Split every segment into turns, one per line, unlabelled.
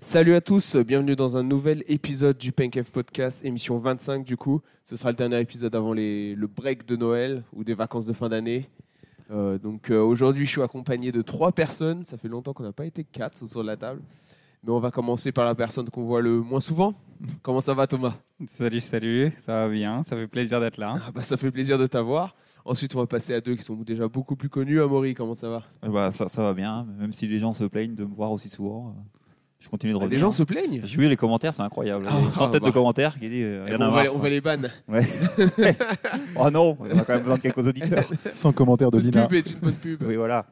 Salut à tous, bienvenue dans un nouvel épisode du PenKF Podcast, émission 25 du coup. Ce sera le dernier épisode avant les- le break de Noël ou des vacances de fin d'année. Euh, donc euh, aujourd'hui, je suis accompagné de trois personnes. Ça fait longtemps qu'on n'a pas été quatre autour de la table. Mais on va commencer par la personne qu'on voit le moins souvent. Comment ça va Thomas
Salut, salut, ça va bien, ça fait plaisir d'être là.
Ah bah, Ça fait plaisir de t'avoir. Ensuite, on va passer à deux qui sont déjà beaucoup plus connus. Amaury, comment ça va
Eh ben, ça, ça va bien, même si les gens se plaignent de me voir aussi souvent, euh, je continue de
Ah,
revenir.
Les gens se plaignent
J'ai vu les commentaires, c'est incroyable.
Ah,
Il y a
ah,
une centaine
bah.
de commentaires qui disent euh,
Eh
il y en
bon,
a
on, va,
marre,
les- on va les ban.
quoi. Oh non, on a quand même besoin de quelques auditeurs.
Sans commentaire de
Toute
Lina.
pub est une bonne pub.
oui, voilà.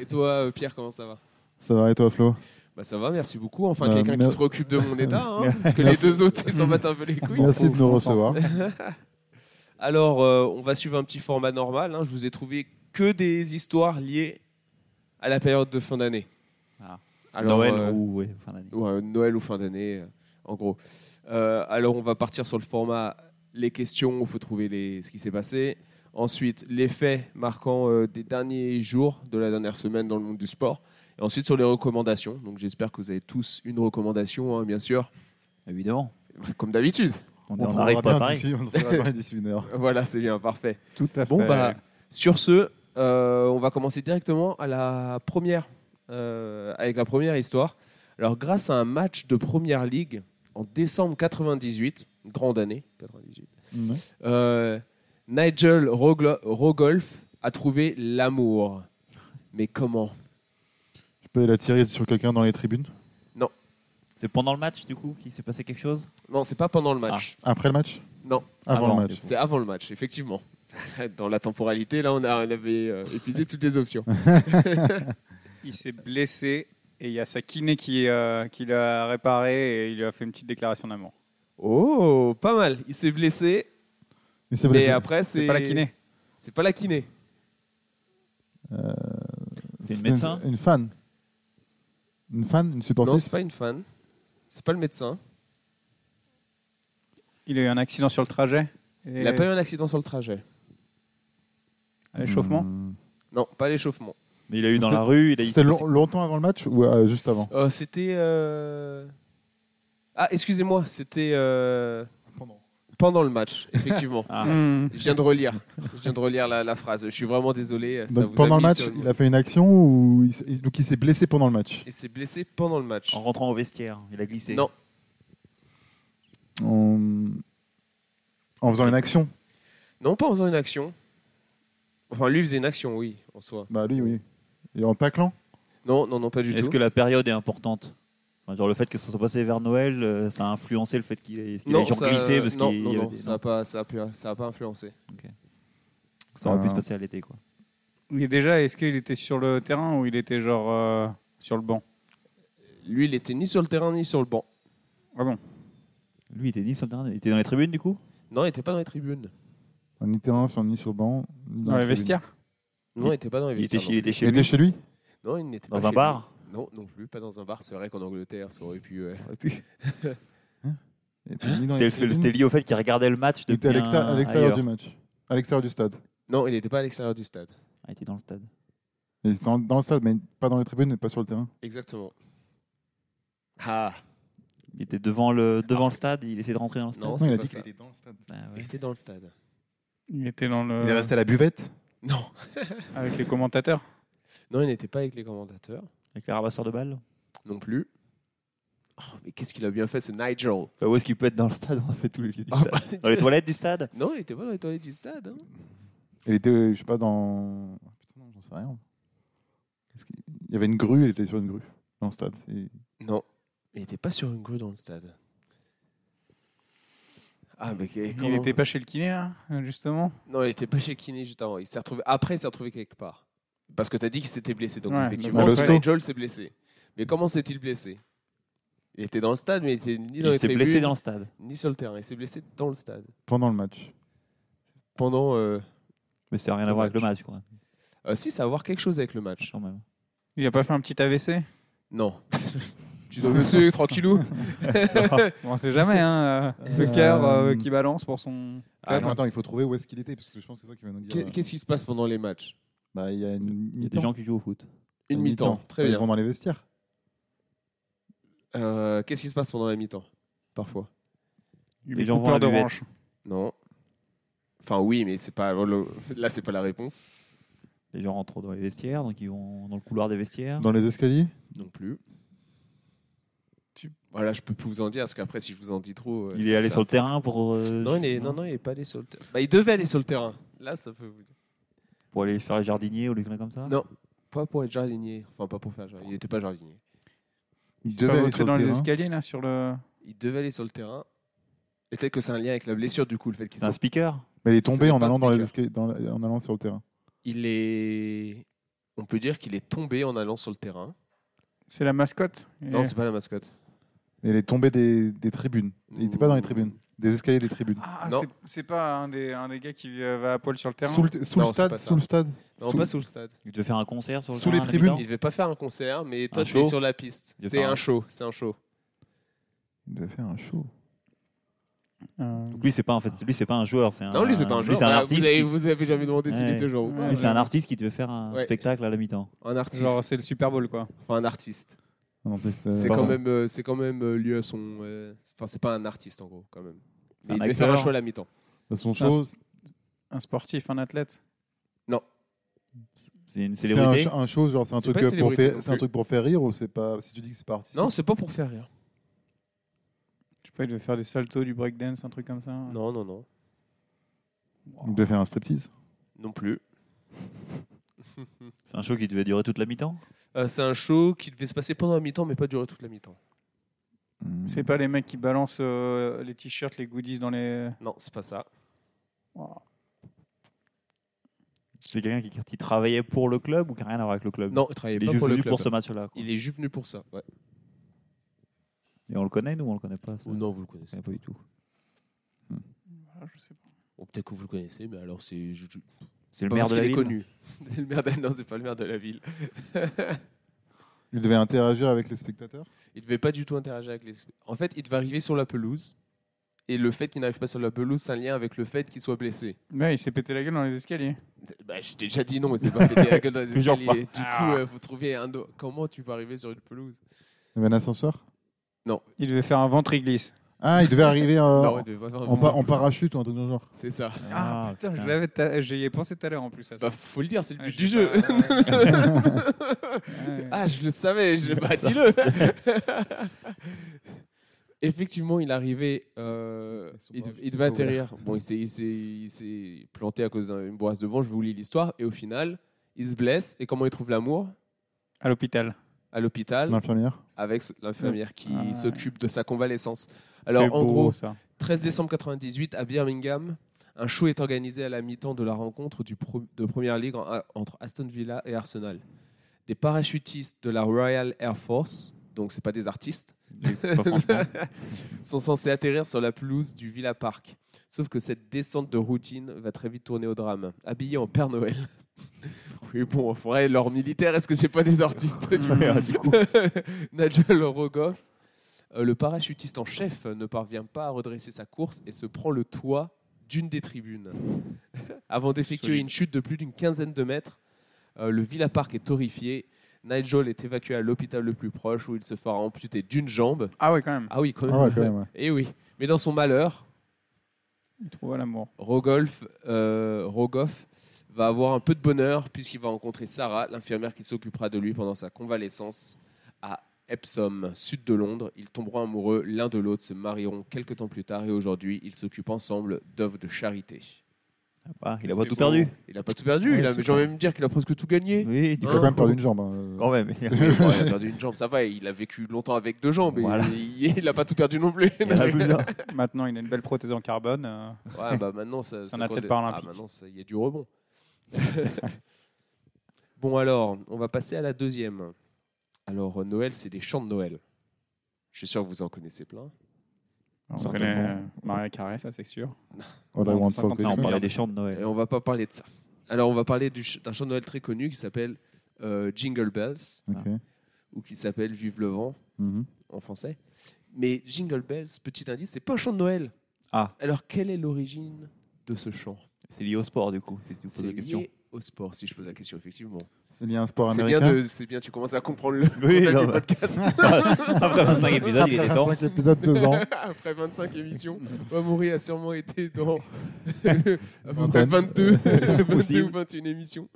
Et toi, euh, Pierre, comment ça va
Ça va et toi, Flo
Bah ça va, merci beaucoup. Enfin,
Euh,
quelqu'un qui
mer-
se préoccupe de mon état, hein, parce que les
Merci.
deux autres, ils s'en battent un peu les couilles.
Merci
fout,
de nous
on s'en
recevoir.
Alors, euh, on va suivre un petit format normal. hein. Je vous ai trouvé que des histoires liées à la période de fin d'année.
Ah.
Alors,
Noël
euh,
ou ouais, fin d'année.
ouais, Noël ou fin d'année, euh, en gros. Euh, alors, on va partir sur le format les questions, il faut trouver les, ce qui s'est passé. Ensuite, les faits marquant euh, des derniers jours de la dernière semaine dans le monde du sport. Et ensuite, sur les recommandations. Donc, j'espère que vous avez tous une recommandation, hein, bien sûr.
Évidemment.
Comme d'habitude.
On
On
n'arrive
arrive
pas
bien
pareil.
d'ici, on arrivera bien d'ici une heure.
Voilà, c'est bien, parfait.
Tout à
Bon, bah, sur ce, euh, on va commencer directement à la première, euh, avec la première histoire. Alors, grâce à un match de première ligue en décembre 98, grande année 98,
Mhm.
euh, Nigel Roglo- Rogolf a trouvé l'amour. Mais comment
Je peux la tirer sur quelqu'un dans les tribunes
C'est pendant le match, du coup, qu'il s'est passé quelque chose
Non, c'est pas pendant le match.
Après le match
Non,
Avant,
Avant,
le match.
du
c'est avant le match, effectivement. Dans la temporalité, là, on, a, on avait euh, épuisé toutes les options.
Il s'est blessé et il y a sa kiné qui, euh, qui l'a réparé et il lui a fait une petite déclaration d'amour.
Oh, pas mal. Il s'est blessé,
Il s'est
mais
blessé.
après, c'est
C'est pas la kiné
C'est pas la kiné.
C'est le
C'était
médecin
Une, une fan. Une fan, une
Non,
supportrice
c'est pas une fan. C'est pas le médecin.
Il a eu un accident sur le trajet et
Il a pas eu un accident sur le trajet.
à l'échauffement
Mhm.
Non, pas l'échauffement.
Mais il a eu dans
C'était-
la rue, il a eu.
C'était long- longtemps avant le match ou euh, juste avant
Euh, c'était. euh, Ah, excusez-moi, c'était euh, pendant le match, effectivement.
Ah.
Mhm.
Je viens de relire. Je viens de relire la, la phrase. Je suis vraiment désolé. ça
Donc,
vous a
Pendant le
mis
match,
sur une-
il a fait une action ou il s'est- il- donc il s'est blessé pendant le match
Il s'est blessé pendant le match.
En rentrant au vestiaire, il a glissé.
Non,
en... en faisant une action
non, pas en faisant une action. Enfin, lui faisait une action, oui, en soi.
Bah lui, oui. Et en taclant
Non, non, non, pas du
Est-ce
tout.
que la période est importante Enfin, Genre le fait que ça soit passé vers Noël, euh, ça a influencé le fait qu'il ait, qu'il
non,
ait genre
ça-
glissé parce
non,
qu'il y
non,
avait
non,
des-
ça a pas, ça a pu- ça a pas influencé.
ça aurait pu
Ah.
se passer à l'été quoi.
Et déjà, est-ce qu'il était sur le terrain ou il était genre euh, sur le banc
Lui, il était ni sur le terrain ni sur le banc.
Ah bon
Lui, il était ni sur le terrain, il était dans les tribunes du coup
Non, il était pas dans les tribunes.
On était un sur ni sur le banc. ni
Dans
la
les
tribune.
vestiaires
Non, il était pas dans les
Il était
vestiaires.
chez, il
non.
était
Il
chez
était
lui,
chez lui
Non, il n'était pas
dans un
chez
bar.
lui. Non, non plus, pas dans un bar. C'est vrai qu'en Angleterre, ça aurait pu. euh,
Il était ni dans
C'était
les
le fait-
tribunes,
c'était lié au fait qu'il regardait le match
il
depuis
était à l'extérieur-
un-
à l'extérieur
ailleurs.
du match. À l'extérieur du stade.
Non, il n'était pas à l'extérieur du stade.
Ah, il était dans le stade.
Il était dans le stade, mais pas dans les tribunes, mais pas sur le terrain.
Exactement. Ah,
Il était devant le devant le stade, il essayait de rentrer dans le stade.
non,
Non,
c'est
il a
pas
dit
ça.
qu'il était dans le stade.
Ah,
Il
ouais.
était dans le stade.
Il était dans le...
Il est resté à la buvette.
Non,
avec les commentateurs
non, il n'était pas avec les commentateurs
Avec les ramasseurs de balles.
non plus. Oh, mais qu'est-ce qu'il a bien fait, ce Nigel
Bah, où est-ce qu'il peut être dans le stade On a fait tous les lieux du
Ah,
stade.
bah,
Dans les toilettes du stade
Non, il n'était pas dans les toilettes du stade. hein.
Il était, euh, je sais pas, dans. Ah, Putain, non, j'en sais rien. Qu'est-ce qu'il- Il y avait une grue, il était sur une grue dans le stade. Et-
Non, il n'était pas sur une grue dans le stade. Ah, mais que-
Il
comment-
n'était pas chez le kiné, là, justement
Non, il n'était pas chez Kiné juste avant. Il s'est retrouvé... Après, il s'est retrouvé quelque part. Parce que tu as dit qu'il s'était blessé. Donc,
Ouais,
effectivement,
donc,
ce
ouais.
Nigel s'est blessé. Mais comment s'est-il blessé Il était dans le stade, mais il était ni dans
Il
les
s'est
tribunes,
blessé dans le stade.
ni sur le terrain. Il s'est blessé dans le stade.
Pendant le match.
Pendant... euh,
Mais ça n'a rien
Le
à voir avec le match quoi.
euh, si, ça a à voir quelque chose avec le match.
Quand même.
Il n'a pas fait un petit AVC
Non. tu dois monsieur, tranquillou.
Bon, On sait jamais, hein, euh, le
Euh,
cœur euh, qui balance pour son.
Ah, non.
attends, il faut trouver où est-ce qu'il était, parce que je pense que c'est ça qui va nous dire.
Qu'est- Qu'est-ce qui se passe pendant les matchs
Bah, il y a une
Il y a
mi-temps.
des gens qui jouent au foot.
Une
Une
mi-temps. Très
Ils
bien.
vont dans les vestiaires.
Euh, Qu'est-ce qui se passe pendant la mi-temps Parfois.
Les gens vont à la buvette.
d'orange.
Non. Enfin, oui, mais c'est pas le- là, c'est pas la réponse.
Les gens rentrent dans les vestiaires, donc ils vont dans le couloir des vestiaires.
Dans les escaliers
Non plus. Voilà, je peux plus vous en dire parce qu'après, si je vous en dis trop. euh,
il
ça-
est allé
ça-
sur le terrain pour, euh,
Non, il est... non, non, il est pas allé sur le terrain. Bah, il devait aller sur le terrain. Là, ça peut vous dire.
pour aller faire les jardiniers ou les trucs comme ça.
Non, pas pour être jardinier. Enfin, pas pour faire jardinier. Il n'était pas jardinier.
Il
C'est pas hein.
devait aller
rentré
sur le
dans les
terrain.
escaliers là sur le.
Il devait aller sur le terrain. Et Peut-être que c'est un lien avec la blessure du coup, le fait qu'il
C'est un
soit...
speaker.
Mais il est
C'est
tombé en
pas
allant, dans les
speaker.
escaliers, dans la- en allant sur le terrain.
Il est. On peut dire qu'il est tombé en allant sur le terrain.
C'est la mascotte.
Non,
Et-
c'est pas la mascotte.
Il est tombé des, des tribunes. Il n'était pas dans les tribunes. Des escaliers des tribunes.
Ah,
Non.
c'est- c'est pas un des, un des gars qui euh, va à poil sur le terrain.
Sous le, sous le
Non, c'est
stade,
pas ça.
sous le stade.
Non,
Sous-
pas sous le stade.
Il devait faire un concert sur le
Sous
terrain
les
à la
tribunes.
Il
mi-temps.
devait pas faire un concert, mais toi,
Un
tu es
show.
sur la piste.
Il devait
C'est
faire
un
un-
show. C'est un show.
Il devait faire un show.
Euh,
Donc lui c'est pas en fait, lui c'est pas un joueur, c'est un.
Non, lui, c'est pas un
Ah. lui,
joueur.
c'est un
Voilà,
artiste.
vous, avez,
qui-
vous avez jamais demandé s'il
Ouais.
était joueur ou pas.
Ouais,
lui, c'est
Voilà.
un artiste qui devait faire un
Ouais.
spectacle à la mi-temps.
un... artiste.
Genre c'est le Super Bowl quoi.
Enfin, un artiste.
Ah non, c'est-
C'est
pas
quand,
ça.
même, euh, c'est quand même euh, lié à son. euh, Enfin, c'est pas un artiste en gros, quand même.
C'est
Mais il
un
devait faire un
acteur.
show à la mi-temps.
Son show,
Un sportif, un athlète.
C'est une
c'est un,
célébrité.
un show, genre c'est un,
C'est
truc
pas une
euh, pour
célébrité non
faire- c'est un
plus.
truc pour faire rire ou c'est pas. Si tu dis que c'est pas artistique.
Non, c'est pas pour faire rire.
Je sais pas, il devait faire des saltos, du breakdance, un truc comme ça.
Non, non, non.
Il devait faire un striptease.
Non plus.
C'est un show qui devait durer toute la mi-temps.
Euh, c'est un show qui devait se passer pendant la mi-temps, mais pas durer toute la mi-temps.
Hmm.
C'est pas les mecs qui balancent euh, les t-shirts, les goodies dans les. oh,
Non, c'est pas ça.
C'est quelqu'un qui, qui travaillait pour le club ou qui n'a rien à voir avec le club.
Non, il travaillait
Euh, il est
pas
juste
pour le
venu
club.
pour ce match-là. quoi.
Il est juste venu pour ça. Ouais.
Et on le connaît nous, on le connaît pas. ça
Ou non, vous le connaissez.
C'est pas du tout.
Ah, je sais pas.
Ou peut-être que vous le connaissez, mais alors c'est. je- je-
C'est le
pas
maire
parce
de la
qu'il est
ville.
connu. le maire de... Non, c'est pas le maire de la ville.
Il devait interagir avec les spectateurs.
Il devait pas du tout interagir avec les. En fait, il devait arriver sur la pelouse. Et le fait qu'il n'arrive pas sur la pelouse, c'est un lien avec le fait qu'il soit blessé.
Mais il s'est pété la gueule dans les escaliers.
Bah, je t'ai déjà dit non, mais c'est pas pété la gueule dans les
Plusieurs
escaliers.
fois.
Du
Ah.
coup, euh, faut trouver un. do- Comment tu peux arriver sur une pelouse
Il y avait un ascenseur.
Il devait faire un ventriglisse.
Ah, il devait arriver euh,
Non, il devait pas faire un
en, pa- en parachute ou un truc dans le genre.
C'est ça.
Ah, putain, je l'avais ta- j'y ai pensé tout à l'heure en plus à ça.
Bah, faut le dire, c'est le
Ah,
but
j'ai
du jeu.
pas- Ouais.
Ah, je le savais, je... bah, dis-le. Effectivement, il arrivait, euh,
Ils sont
il,
pas-
il devait atterrir. Bon, il s'est- il s'est- il s'est planté à cause d'une bourrasse de vent, je vous lis l'histoire. Et au final, il se blesse. Et comment il trouve l'amour
À l'hôpital.
À l'hôpital,
L'infirmière.
avec l'infirmière qui
Ah.
s'occupe de sa convalescence.
C'est
Alors, en
beau,
gros,
ça.
13 décembre 98, à Birmingham, un show est organisé à la mi-temps de la rencontre du pro- de Première Ligue en- entre Aston Villa et Arsenal. Des parachutistes de la Royal Air Force, donc c'est pas des artistes,
Pas franchement.
sont censés atterrir sur la pelouse du Villa Park. Sauf que cette descente de routine va très vite tourner au drame. Habillés en Père Noël. Oui, bon, en vrai, leurs militaires, est-ce que c'est pas des artistes du
Ouais, du coup.
Nigel Rogoff, euh, le parachutiste en chef, ne parvient pas à redresser sa course et se prend le toit d'une des tribunes. Avant d'effectuer
Solide.
une chute de plus d'une quinzaine de mètres, euh, le Villa Park est horrifié. Nigel est évacué à l'hôpital le plus proche où il se fera amputer d'une jambe.
Ah ouais, quand même.
Ah oui, quand même.
Ah ouais, quand même. ouais.
Eh oui. Mais dans son malheur,
Il trouve à l'amour.
Rogolf, euh, Rogoff va avoir un peu de bonheur puisqu'il va rencontrer Sarah, l'infirmière qui s'occupera de lui pendant sa convalescence à Epsom, sud de Londres. Ils tomberont amoureux l'un de l'autre, se marieront quelques temps plus tard et aujourd'hui, ils s'occupent ensemble d'œuvres de charité.
Ah, il a pas
C'est
tout
beau.
perdu.
Il n'a pas tout perdu,
Ouais,
il a-
c'est
j'ai envie
clair.
de me dire qu'il a presque tout gagné.
Oui, du
Il
coup,
a
Ah.
quand même perdu une jambe. hein.
quand même.
Mais bon, il a perdu une jambe, ça va, il a vécu longtemps avec deux jambes, et
Voilà.
il n'a pas tout perdu non plus.
Il y en a plus, hein.
Maintenant, il a une belle prothèse en carbone. euh,
Ouais, bah maintenant, ça,
C'est
ça
un athlète
compte-
paralympique.
Ah, maintenant, ça- il y a du rebond. bon, alors, on va passer à la deuxième. Alors, euh, Noël, c'est des chants de Noël. Je suis sûr que vous en connaissez plein.
on
Certainement.
connaît euh, Maria Carré, ça c'est sûr.
All I want for
50,
Non, on
Christmas.
parlait des chants de Noël.
Et on va pas parler de ça. Alors, on va parler du ch- d'un chant de Noël très connu qui s'appelle euh, Jingle Bells,
Ok.
Ah.
ou qui s'appelle Vive le vent
Mhm.
en français. Mais Jingle Bells, petit indice, c'est pas un chant de Noël.
Ah.
Alors, quelle est l'origine de ce chant
C'est lié au sport, du coup. si tu poses
C'est
la question.
lié au sport, si je pose la question, effectivement.
C'est bien un sport
C'est bien,
américain.
de, c'est bien, tu commences à comprendre le
Oui,
concept
non,
du
bah.
podcast.
Après 25 épisodes, il était temps.
25 épisodes, 2 ans.
Après 25 émissions, Amoury a sûrement été dans à peu près
Vingtaine.
22, 22 ou
Possible.
21 émissions.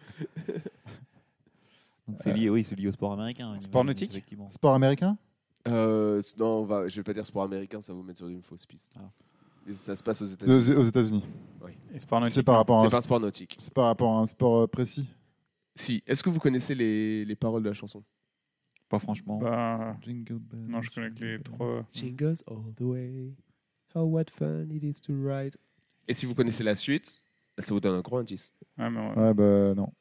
Donc c'est lié, oui, c'est lié au sport américain.
Sport nautique
Effectivement.
Sport américain
Euh, c- non, on va, je vais pas dire sport américain, ça va vous mettre sur une fausse piste.
Ah.
Et ça se passe aux États-Unis.
Aux aux États-Unis.
Et sport
C'est
nautique.
par rapport à
C'est
un
pas un sport nautique.
C'est par rapport à un sport euh, précis.
Si. Est-ce que vous connaissez les, les paroles de la chanson
Pas franchement.
Bah,
Jingle bell,
non, je connais que les
jingle
trois.
Jingles all the way. Oh, what fun it is to ride. Et si vous connaissez la suite, ça vous donne un gros indice.
Ouais, mais on-
bells. Ouais, bah non.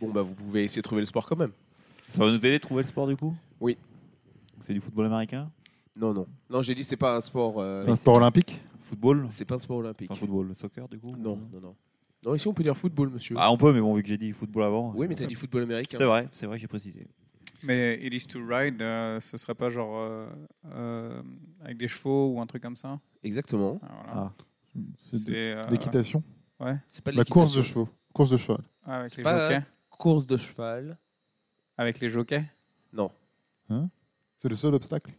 Bon, bah, vous pouvez essayer de trouver le sport quand même.
Ça va nous aider à trouver le sport du coup
Oui.
Donc C'est du football américain
Non, non. Non, j'ai dit, c'est pas un sport. euh,
C'est un sport olympique
Football
c'est pas un sport olympique.
Enfin, football, le soccer du coup
Non, non, non. Non, ici on peut dire football, monsieur.
Ah, on peut, mais bon, vu que j'ai dit football avant.
oui, mais c'est du football américain.
C'est vrai, c'est vrai, j'ai précisé.
Mais It is to ride, euh, ce serait pas genre euh, euh, avec des chevaux ou un truc comme ça
Exactement.
Ah, voilà.
Ah.
C'est de-
euh,
l'équitation
C'est pas
La course de
euh, l'équitation.
chevaux. Course de cheval.
ah, avec les
pas-
jockeys.
Course de cheval.
Avec les jockeys.
C'est le seul obstacle.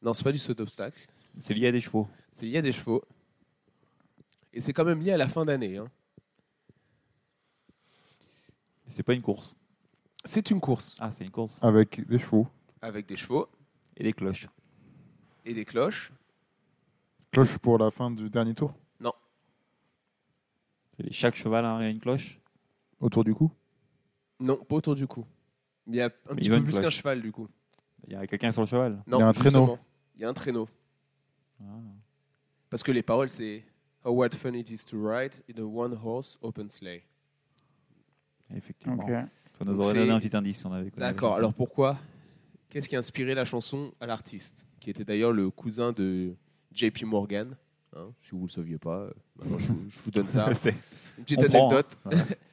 Non, c'est pas du saut d'obstacle.
C'est lié à des chevaux.
C'est lié à des chevaux. Et c'est quand même lié à la fin d'année. hein.
C'est pas une course.
C'est une course
Ah, c'est une course.
Avec des chevaux.
avec des chevaux
Et des cloches.
et des cloches.
Cloche pour la fin du dernier tour.
C'est les- Chaque cheval a une cloche.
Autour du cou.
Non, pas autour du cou. Mais il y a un petit
ils ont
peu
une
plus qu'un
cloche.
cheval du coup.
Il y a quelqu'un sur le cheval.
Non,
Il y a un
justement.
traîneau.
Il y a un traîneau.
Ah.
Parce que les paroles c'est How what fun it is to ride in a one horse open sleigh.
Effectivement.
Ok.
Ça nous
Donc
aurait
c'est-
donné un petit indice si on avait connu la
D'accord,
chanson.
alors pourquoi Qu'est-ce qui a inspiré la chanson à l'artiste Qui était d'ailleurs le cousin de JP Morgan. hein, si vous ne le saviez pas, euh, maintenant, je, vous- je vous donne ça.
C'est-
Une petite
On prend,
anecdote.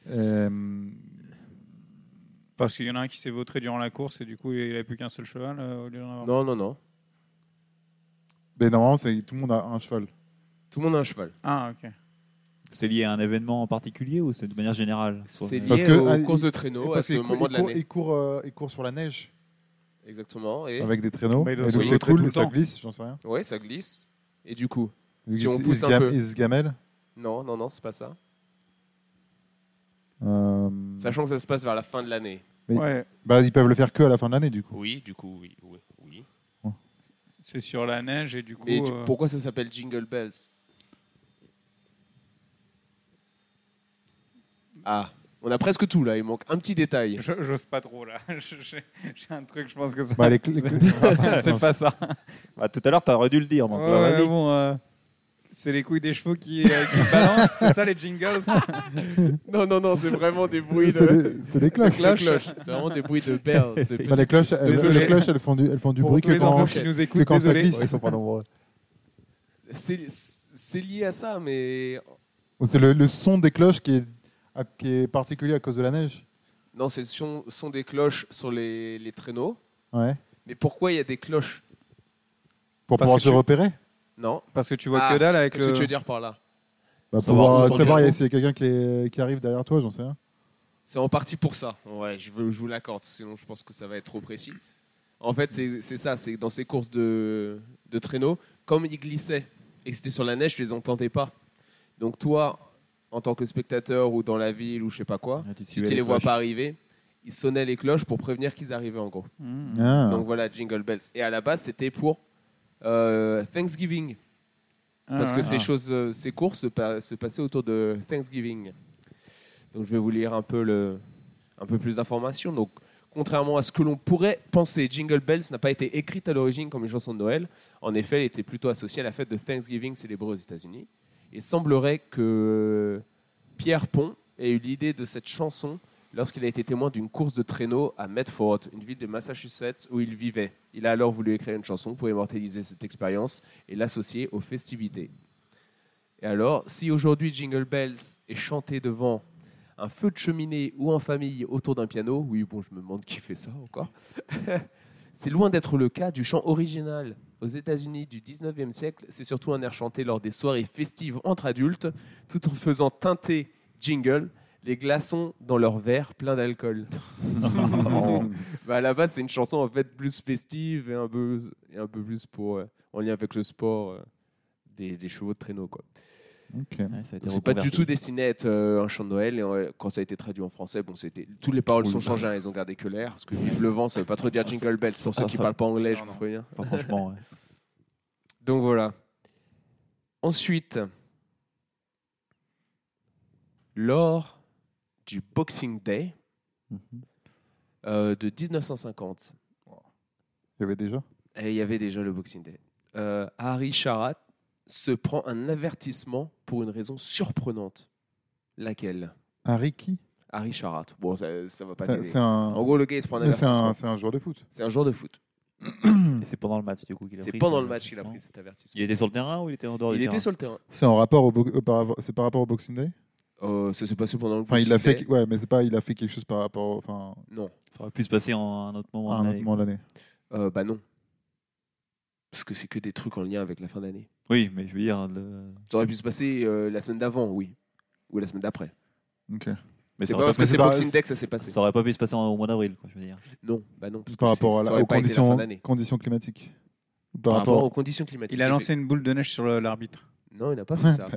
Euh,
Parce qu'il y en a un qui s'est vautré durant la course et du coup il a plus qu'un seul cheval euh, au lieu d'en
hein.
avoir.
Non, non, non.
mais normalement, c'est- tout le monde a un cheval.
Tout le monde a un cheval.
Ah ok.
C'est lié à un événement en particulier ou c'est de manière générale sur-
C'est lié
Parce que,
aux
ah,
courses
il-
de traîneau à
Parce
ce
qu'il cou-
moment de
il
l'année.
court- Il court, euh, il court sur la neige
Exactement. Et
avec des traîneaux.
Bah,
Et
il doit
donc
se
c'est
vautrer tout
cool,
le
ça
temps.
glisse, j'en sais rien.
ouais, ça glisse. Et du coup, Si
Il-
on
il-
pousse
il se
un
gam-
peu.
Il se gamelle.
non, non, non, c'est pas ça.
Euh,
Sachant que ça se passe vers la fin de l'année.
Oui.
Ouais.
Bah, ils peuvent le faire que à la fin de l'année, du coup.
Oui, du coup, oui, oui, oui.
C'est sur la neige et du coup.
Et du-
euh,
pourquoi ça s'appelle Jingle Bells Ah, on a presque tout là, il manque un petit détail.
je- J'ose pas trop là. Je- J'ai j'ai un truc, je pense que ça.
Bah, les cl- les-
c'est pas ça.
Bah, tout à l'heure, tu aurais dû le dire. donc,
Ouais,
bah,
ouais,
vas-y.
bon, euh, c'est les couilles des chevaux qui, euh, qui balancent. C'est ça les jingles.
Non, non, non, c'est vraiment des bruits
C'est les- c'est les cloches.
cloches.
C'est vraiment des bruits de belles. de
Bah, les cloches, elles,
Désolé.
les cloches, elles font du, elles font du
Pour
bruit
tous
que
les
quand,
enfants
que
qui nous
quand
écoutent,
ça
désolé.
glisse. ils sont pas nombreux.
petits- C'est c'est lié à ça, mais.
C'est le, le son des cloches qui est, à- qui est particulier à cause de la neige.
Non, c'est le son, son des cloches sur les, les traîneaux.
Ouais.
Mais pourquoi il y a des cloches
Pour
Parce
pouvoir
que
se
tu-
repérer.
Non
Parce que tu vois
Ah,
que dalle avec
Qu'est-ce
le.
que tu veux dire par là
Bah,
Savoir
pouvoir
où sont les
savoir
chevaux.
s'il y a quelqu'un qui, est- qui arrive derrière toi, j'en sais rien.
C'est en partie pour ça. Ouais, je, veux- je vous l'accorde, sinon je pense que ça va être trop précis. En fait, c'est c'est ça, c'est dans ces courses de, de traîneau, comme ils glissaient et que c'était sur la neige, tu les entendais pas. Donc toi, en tant que spectateur ou dans la ville ou je sais pas quoi,
Ah, tu
si
suivais
tu les vois
cloches.
pas arriver, ils sonnaient les cloches pour prévenir qu'ils arrivaient en gros.
Mmh.
Ah.
Donc voilà, Jingle Bells. Et à la base, c'était pour euh, Thanksgiving. Parce
Ah,
que
ouais.
ces
Ah.
choses, euh, ces courses se, pa- se passaient autour de Thanksgiving. Donc je vais vous lire un peu, le, un peu plus d'informations. Donc, contrairement à ce que l'on pourrait penser, Jingle Bells n'a pas été écrite à l'origine comme une chanson de Noël. En effet, elle était plutôt associée à la fête de Thanksgiving célébrée aux États-Unis. Il semblerait que Pierre Pont ait eu l'idée de cette chanson lorsqu'il a été témoin d'une course de traîneau à Medford, une ville de Massachusetts où il vivait. Il a alors voulu écrire une chanson pour immortaliser cette expérience et l'associer aux festivités. Et alors, si aujourd'hui Jingle Bells est chanté devant un feu de cheminée ou en famille autour d'un piano, oui, bon, je me demande qui fait ça encore, c'est loin d'être le cas du chant original. Aux États-Unis du 19e siècle, c'est surtout un air chanté lors des soirées festives entre adultes, tout en faisant teinter jingle les glaçons dans leur verre plein d'alcool.
Non.
Bah, à la base, c'est une chanson en fait plus festive et un peu, et un peu plus pour, euh, en lien avec le sport euh, des, des chevaux de traîneau. Quoi.
Ok.
Ouais, ça a été
C'est pas du
reconverti.
tout destiné à être euh, un chant de Noël. Et euh, quand ça a été traduit en français, bon, c'était toutes les paroles sont changées. hein, ils ont gardé que l'air. Parce que vive le vent, ça veut pas trop dire jingle bells. Pour ceux qui parlent pas anglais, je
Non,
vous
non.
préviens.
Pas franchement, ouais.
Donc voilà. Ensuite, lors du Boxing Day
Mhm.
euh, de 1950,
Il y avait déjà
et il y avait déjà le Boxing Day, euh, Harry Charat se prend un avertissement pour une raison surprenante. Laquelle
Un Ricky
Harry Charat. Bon, ça, ça va pas
Ça-
t'aider.
C'est un...
En gros, le gars, il se prend un
mais c'est
avertissement.
un, c'est un joueur de foot.
C'est un joueur de foot.
Et c'est pendant le match, du coup, qu'il a
C'est
pris
pendant
son
le match qu'il a pris cet
Il
avertissement.
était sur le terrain ou il était en dehors
Il
du
était
terrain
sur le terrain.
C'est en rapport au bo- euh, par, c'est par rapport au Boxing Day
Euh, ça s'est passé pendant le
Enfin, il
Boxing
a
Day.
fait, ouais, mais c'est pas, il a fait quelque chose par rapport, au- enfin,
Non.
Ça aurait pu se passer en un autre moment.
à
de
un autre
l'année.
moment de l'année.
Euh, bah non. Parce que c'est que des trucs en lien avec la fin d'année.
Oui, mais je veux dire. le-
Ça aurait pu se passer euh, la semaine d'avant, oui. Ou la semaine d'après.
Ok.
Mais
C'est
ça
pas
aurait
parce
pas
que c'est
pu se passer-
Boxing Day que ça s'est passé.
Ça aurait pas pu se passer en- au mois d'avril, quoi, je veux dire.
Non, bah non. parce
Par
que
rapport
c'est-
à la-
ça aurait
aux
pas été la fin
conditions,
d'année.
conditions climatiques. Ou
Par,
Par,
rapport aux
rapport,
conditions climatiques.
Il a lancé une boule de neige sur le- l'arbitre.
Non, il n'a pas fait ça.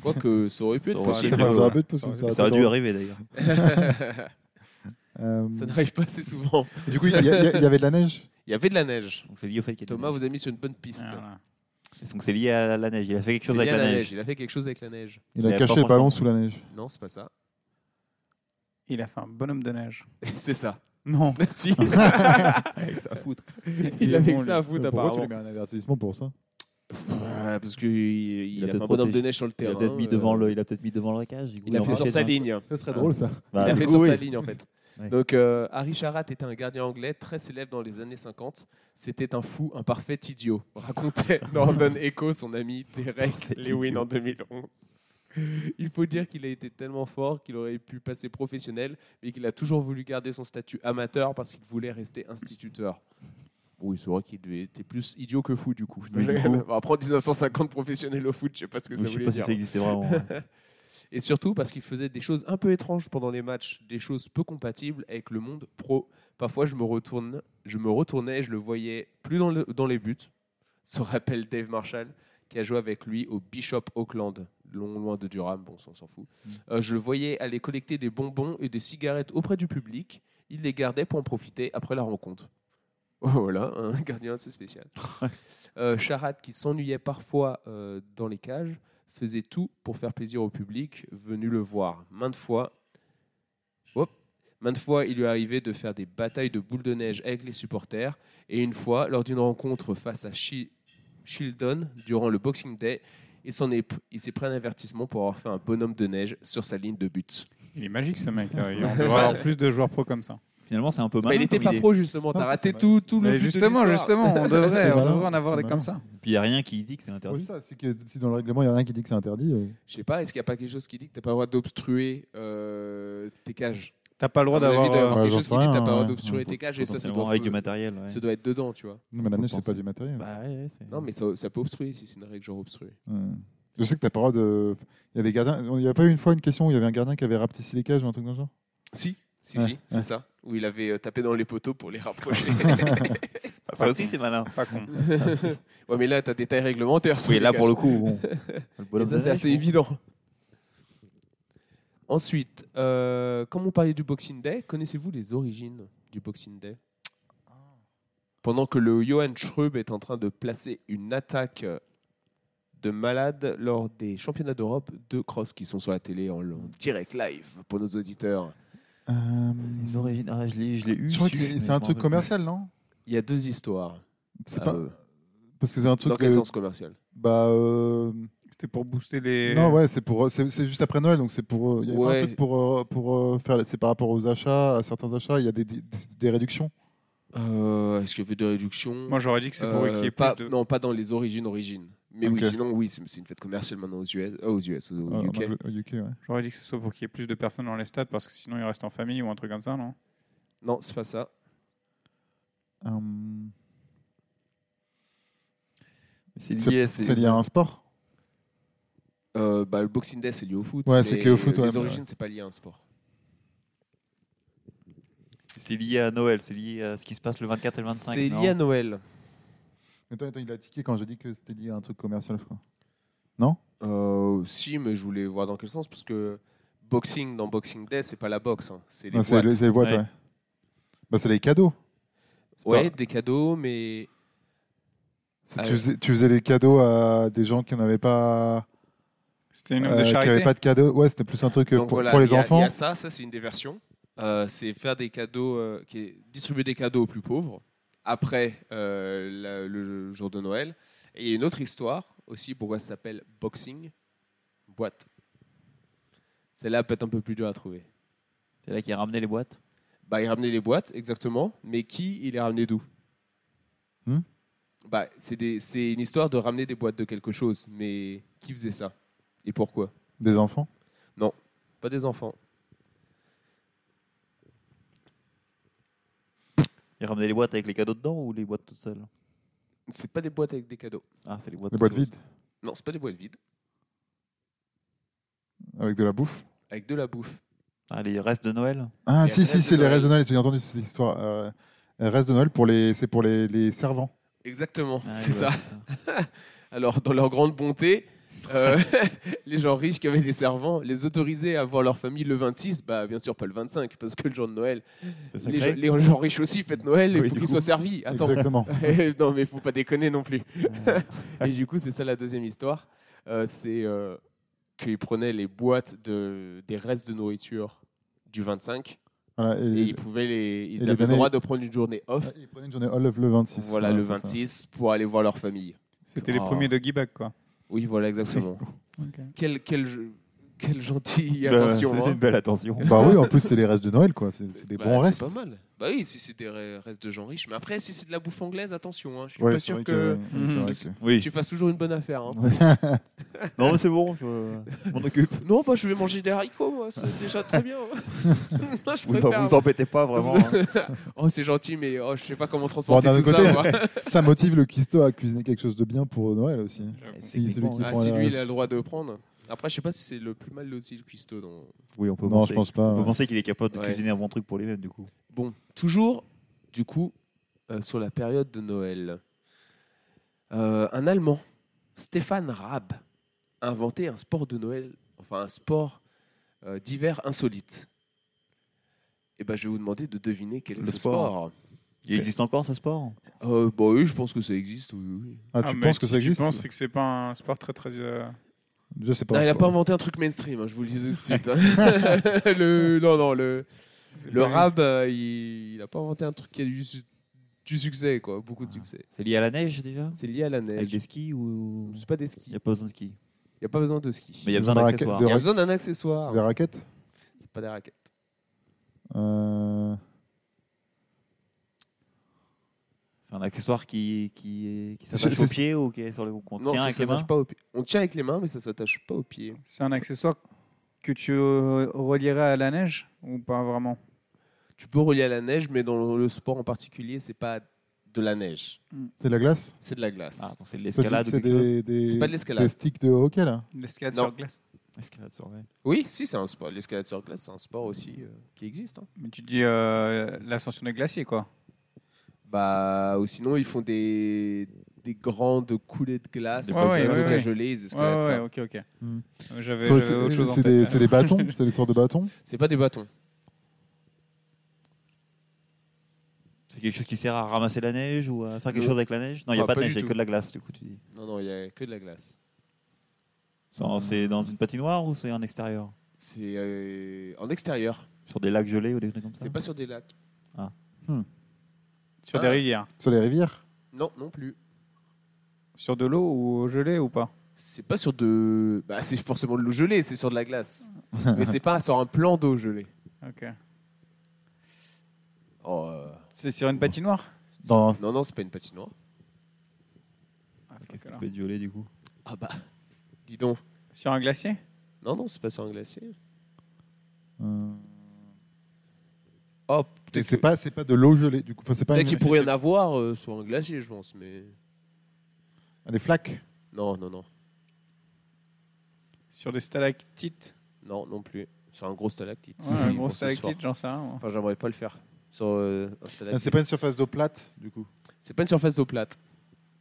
Quoique, ça aurait pu
Ça
être
aurait-
possible.
ça
au-
aurait pu être
Ça
possible.
aurait-
Ça aurait
Ça aurait
été
dû
drôle.
arriver d'ailleurs.
Euh,
ça n'arrive pas assez souvent.
Du coup, il y, a- il y a- il y avait de la neige.
Il y avait de la neige.
Donc c'est lié au fait qu'il y a de la
Thomas
neige.
vous a mis sur une bonne piste.
Ah,
Donc c'est lié à la neige. Il a fait quelque
C'est
chose
lié
avec
à
la,
la
neige.
Il a fait quelque chose avec la neige.
Il
Il
a
avait
caché
pas
le ballon
franchement-
sous la neige.
Non, c'est pas ça.
Il a fait un bonhomme de neige.
c'est ça.
Non.
Merci.
Avec sa foutre.
il
est
avait
bon,
que
lui.
ça à foutre,
Euh, Pourquoi
apparemment.
tu lui mets un avertissement pour ça
Ouais, parce qu'il il,
Il a
a, fait
peut-être
un bonhomme de
protégé.
neige sur le
Il
terrain.
a peut-être mis
euh,
devant le, il a peut-être mis devant le récage.
Il a fait sur sa ligne. Ah.
Ça serait
drôle,
ça.
Il a fait sur sa ligne en fait.
Ouais.
Donc euh, Harry Charat était un gardien anglais très célèbre dans les années 50. C'était un fou, un parfait idiot, racontait Norman Echo, son ami Derek
Parfait
Lewin
idiot.
en 2011. Il faut dire qu'il a été tellement fort qu'il aurait pu passer professionnel, mais qu'il a toujours voulu garder son statut amateur parce qu'il voulait rester instituteur. Oui, c'est vrai qu'il devait- était plus idiot que fou du coup.
Oui, du coup.
Après 1950 professionnel au foot, je sais pas ce que ça
Je sais
voulait
pas si
dire.
ça existait vraiment. ouais.
Et surtout parce qu'il faisait des choses un peu étranges pendant les matchs, des choses peu compatibles avec le monde pro. Parfois, je me, retourne, je me retournais et je le voyais plus dans, le- dans les buts. Se rappelle Dave Marshall, qui a joué avec lui au Bishop Auckland, long, loin de Durham, bon, on s'en fout. Euh, je le voyais aller collecter des bonbons et des cigarettes auprès du public. Il les gardait pour en profiter après la rencontre. Voilà, un gardien assez spécial. Euh, Charat, qui s'ennuyait parfois euh, dans les cages, faisait tout pour faire plaisir au public venu le voir. Maintes fois, Hop. maintes fois, il lui arrivait de faire des batailles de boules de neige avec les supporters. Et une fois, lors d'une rencontre face à Shi- Shildon durant le Boxing Day, il s'en est, il s'est pris un avertissement pour avoir fait un bonhomme de neige sur sa ligne de but.
Il est magique ce mec. là. Il- On devrait avoir plus de joueurs pro comme ça.
Finalement, c'est un peu
Bah,
mal.
il n'était pas pro justement. T'as
Non, ça,
raté
c'est
tout, tout le
Mais
but de
justement,
l'histoire.
justement, on
C'est
devrait, on
malin,
devrait en avoir
c'est
des comme
malin.
ça.
Puis il n'y a rien qui dit que c'est
Oui,
interdit.
ça, c'est que si dans le règlement il n'y a rien qui dit que c'est interdit. euh,
Je sais pas. Est-ce qu'il n'y a pas quelque chose qui dit que t'as pas le droit d'obstruer euh, tes cages
T'as pas le droit
À mon avis, il doit y
d'avoir. euh,
avoir
Ouais,
quelque
j'en
chose qui dit
sais
que
rien,
t'as pas le droit
ouais.
d'obstrurer tes cages et ça, ça
Potentiellement
doit,
avec du matériel. ouais.
ça doit être dedans, tu vois.
Non, mais la
On
neige, c'est
pense.
pas du matériel.
Bah, ouais, c'est-
Non, mais ça, ça peut obstruer si c'est une règle genre obstruer.
Ouais. Je sais que t'as pas le droit de. Il y a des gardiens. Il n'y a pas eu une fois une question où il y avait un gardien qui avait rapetissé les cages ou un truc dans le genre
Si, si,
Ouais,
si, c'est
ouais.
ça. Où il avait euh, tapé dans les poteaux pour les rapprocher.
Ah, Ça aussi, c'est malin.
Pas con.
ouais, mais là, t'as des tailles réglementaires. sur
Oui,
les
là,
cages.
pour le coup, bon. Le
Et
bonhomme
ça,
de
c'est
neige,
assez
bon.
évident. Ensuite, euh, comme on parlait du Boxing Day, connaissez-vous les origines du Boxing Day Pendant que le Johan Schrub est en train de placer une attaque de malade lors des championnats d'Europe de cross qui sont sur la télé en en direct live pour nos auditeurs.
Euh,
Les origines, ah, je l'ai je l'ai eu.
Je crois
su,
que
mais
c'est
je
un
m'en
truc
rappelle
commercial, non
Il y a deux histoires.
C'est
Ah,
pas-
euh,
Parce que c'est un truc.
Dans quel
euh,
sens commercial
Bah. euh,
C'était pour booster les.
Non, ouais, c'est pour. C'est c'est juste après Noël, donc c'est pour. euh, Il y a pas
Ouais.
un truc pour euh, pour euh, faire. C'est par rapport aux achats, à certains achats, il y a des, des, des réductions.
Euh, Est-ce qu'il y avait des réductions
Moi, j'aurais dit que c'est pour
Euh,
qu'il y ait
pas,
plus de.
Non, pas dans les origines, origines. Mais
Ok.
oui, sinon, oui, c'est c'est une fête commerciale maintenant aux US, euh, aux US aux-
euh,
aux
en
UK.
Angl- Au UK, ouais.
J'aurais dit que ce soit pour qu'il y ait plus de personnes dans les stades parce que sinon ils restent en famille ou un truc comme ça, non
Non, c'est pas ça.
Euh,
plus. C'est lié.
C'est lié à un sport
Euh, bah, le Boxing Day, c'est lié au foot.
Ouais, c'est
mais
que au foot, ouais,
Les
mais
origines, c'est pas lié à un sport.
C'est lié à Noël, c'est lié à ce qui se passe le 24 et le 25.
C'est
non
lié à Noël.
Attends, attends, il a tiqué quand j'ai dit que c'était lié à un truc commercial, je crois.
Euh, si, mais je voulais voir dans quel sens, parce que boxing dans Boxing Day, c'est pas la boxe, hein, c'est les
Non, C'est
boîtes.
le- c'est les boîtes,
Ouais.
ouais. Bah, c'est les cadeaux. C'est
Ouais,
pas-
des cadeaux, mais
c'est-
Ah
tu,
oui.
faisais, tu faisais les cadeaux à des gens qui n'avaient pas,
C'était une œuvre
euh,
de
qui
charité.
avaient pas de cadeaux. Ouais, c'était plus un truc euh,
Donc
pour,
voilà,
pour les
il y a- Il y
enfants.
a ça, ça c'est une des versions. Euh, c'est faire des cadeaux, euh, qui est- distribuer des cadeaux aux plus pauvres après euh, la- le jour de Noël. Et il y a une autre histoire aussi, pourquoi ça s'appelle boxing, boîte. Celle-là peut être un peu plus dure à trouver.
C'est là qu'il a ramené les boîtes.
Bah, il ramenait les boîtes, exactement, mais qui il les ramenait d'où
Hmm
bah, c'est, des- c'est une histoire de ramener des boîtes de quelque chose, mais qui faisait ça Et pourquoi
Des enfants.
Pas des enfants.
Il ramenait les boîtes avec les cadeaux dedans ou les boîtes toutes seules
C'est pas des boîtes avec des cadeaux.
Ah, c'est les boîtes.
Des
toutes
boîtes
seules.
vides.
Non, c'est pas des boîtes vides.
Avec de la bouffe.
Avec de la bouffe.
Ah, les restes de Noël
Ah,
Les
si, si,
restes
c'est
de
les
Noël.
restes de Noël. J'ai entendu cette histoire. Euh, les restes de Noël, pour les, c'est pour les, les servants.
Exactement,
Ah,
c'est
ouais,
ça. Alors, dans leur grande bonté, euh, les gens riches qui avaient des servants, les autorisaient à voir leur famille le 26, bah bien sûr pas le 25, parce que le jour de Noël,
C'est
les
sacré.
gens, les gens riches aussi fêtent Noël, il
Oui,
faut qu'ils
du coup.
soient servis. Attends,
Exactement.
non mais faut pas déconner non plus. Et du coup, c'est ça la deuxième histoire, Euh, c'est euh, qu'ils prenaient les boîtes de, des restes de nourriture du 25
Voilà, et,
et ils pouvaient les,
et
ils
les
avaient le
donner-
droit de prendre une journée off.
ouais, ils prenaient une journée all of le 26.
Voilà, le
c'est ça.
26 pour aller voir leur famille.
C'était les
Oh.
premiers doggy bag, quoi.
Oui, voilà, exactement. Quel, quel, jeu- quel gentil,
Bah,
attention.
Ben,
C'est
hein.
une belle attention.
Bah oui, en plus, c'est les restes de Noël, quoi. C'est c'est des
Bah,
bons
c'est
restes.
pas mal. Bah oui, si c'est des re- restes de gens riches. Mais après, si c'est de la bouffe anglaise, attention. hein. Je suis
Ouais,
pas
c'est
sûr
vrai
que,
ouais, c'est
Mhm.
vrai que-
Oui.
tu fasses toujours une bonne affaire. hein.
Non, mais c'est bon, je m'en occupe.
Non, bah, je vais manger des haricots, moi. C'est déjà très bien. hein. Moi, je
Vous
préfère.
en, vous embêtez pas vraiment. hein.
oh, c'est gentil, mais oh, je sais pas comment transporter
Bon, d'un
tout
autre
ça.
côté,
moi.
Ça motive le cuistot à cuisiner quelque chose de bien pour Noël aussi. Si, celui
Techniquement,
qui
ouais.
Ah,
prend
si
les
lui, il a
restes.
le droit de prendre. Après, je sais pas si c'est le plus mal loti le cuistot. Dans...
Oui, on peut
Non,
penser.
je pense pas. hein.
On peut
ouais.
penser qu'il est capable de
Ouais.
cuisiner un bon truc pour les mêmes, du coup.
Bon, toujours, du coup, euh, sur la période de Noël, Euh, un Allemand, Stéphane Raab, a inventé un sport de Noël, enfin un sport euh, d'hiver insolite. Et ben, je vais vous demander de deviner quel est
Le
ce sport.
Il existe encore ce sport
Euh, bah oui, je pense que ça existe. Oui, oui.
Ah, tu penses que ça existe
Je pense que c'est pas un sport très très. euh,
Je sais pas.
Ah, il n'a
c'est
pas inventé un truc mainstream, hein, je vous le dis tout de suite. hein. le, non, non, le,
c'est
le
pas-
Raab, euh, il n'a pas inventé un truc qui a du, su- du succès, quoi, beaucoup de
Ah.
succès.
C'est lié à la neige déjà
C'est lié à la
Avec
neige.
des skis ou.
C'est pas des skis.
Il n'y a pas besoin de ski.
Il n'y a pas besoin de ski.
Mais il y a
Des
besoin
raquettes,
d'accessoires.
de
Il y a
raquettes.
besoin d'un accessoire.
Des raquettes
C'est pas des raquettes.
Euh,
C'est un accessoire qui, qui, est- qui
C'est-
s'attache
c'est-
au pied ou qui est sur le qu'on
Non,
tient
ça
avec les
s'attache
mains
pas au pied. On tient avec les mains, mais ça s'attache pas aux pieds.
C'est un accessoire que tu euh, relierais à la neige ou pas vraiment
Tu peux relier à la neige, mais dans le sport en particulier, c'est pas de la neige,
C'est de la glace
c'est de la glace.
Ah, attends, c'est de
C'est
l'escalade ou
c'est
quelque chose
des, des-
C'est pas de l'escalade.
Des sticks de hockey là
L'escalade
Non.
sur glace.
Escalade sur- ouais.
Oui, si, c'est un sport. L'escalade sur glace, c'est un sport aussi euh, qui existe. hein.
Mais tu dis euh, l'ascension des glaciers, quoi.
Bah, ou sinon, ils font des, des grandes coulées de glace.
Des
Quand
ouais,
il y a un
ouais,
truc à
ouais.
geler, ils
Ouais,
escaladent
ouais,
ça.
ok, ok.
Hmm.
J'avais
Faut-
j'avais
C'est
autre chose en
c'est
tête.
des, c'est des bâtons C'est des sortes de bâtons
C'est pas des bâtons.
C'est quelque chose qui sert à ramasser la neige ou à faire quelque
Non.
chose avec la neige Non, il n'y a
Ah,
pas
pas
de neige,
du
il n'y a
tout.
que de la glace, du coup, tu dis.
Non, non, il y a que de la glace.
C'est en- C'est dans une patinoire ou c'est en extérieur
C'est euh, en extérieur.
Sur des lacs gelés ou des trucs comme ça
C'est pas sur des lacs.
Sur des
Ah.
rivières.
sur les rivières
Non, non plus.
Sur de l'eau ou au gelé ou pas
C'est pas sur de. Bah, c'est forcément de l'eau gelée, c'est sur de la glace. Mais c'est pas sur un plan d'eau gelée.
Ok.
Oh, euh,
C'est sur une patinoire
Dans-
Non, non, c'est pas une patinoire.
Ah, fuck,
Qu'est-ce qui
alors.
peut être gelé, du coup
Ah bah. Dis donc.
Sur un glacier
Non, non, c'est pas sur un glacier.
euh,
Oh,
et
peut-être
C'est
que-
pas, c'est pas de l'eau gelée, du coup. Enfin, c'est pas
peut-être qu'il
une-
mais
pourrait y
c'est-
en avoir euh, sur un glacier, je pense, mais.
des flaques.
Non, non, non.
Sur des stalactites
Non, non plus. Sur un gros stalactite.
Ouais, Un
Si,
gros
pour ce soir.
stalactite, j'en sais rien. moi.
Enfin, j'aimerais pas le faire. sur euh, installation.
Ah, C'est pas une surface d'eau plate, du coup.
C'est pas une surface d'eau plate.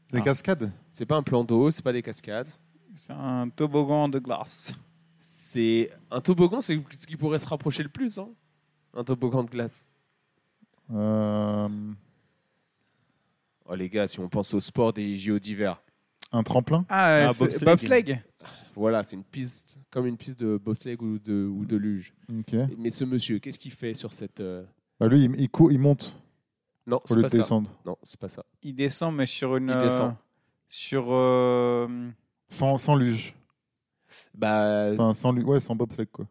C'est des
Ah.
cascades.
C'est pas un plan d'eau, c'est pas des cascades.
C'est un toboggan de glace.
C'est un toboggan, c'est ce qui pourrait se rapprocher le plus. hein. Un toboggan de glace.
Euh,
Oh les gars, si on pense au sport des JO d'hiver,
un tremplin.
Ah,
Ah,
c'est-
bobsleigh.
bobsleigh.
voilà, c'est une piste comme une piste de bobsleigh ou de, ou de luge.
Ok.
Mais ce monsieur, qu'est-ce qu'il fait sur cette euh,
Bah, lui, il, il court, il monte
Non,
au
c'est
lieu
pas
de
ça.
descendre.
Non, c'est pas ça.
Il descend, mais sur une.
Il
euh,
descend.
sur. euh,
Sans, sans luge.
Bah,
Enfin, sans, lu- ouais, sans bobsleigh, quoi.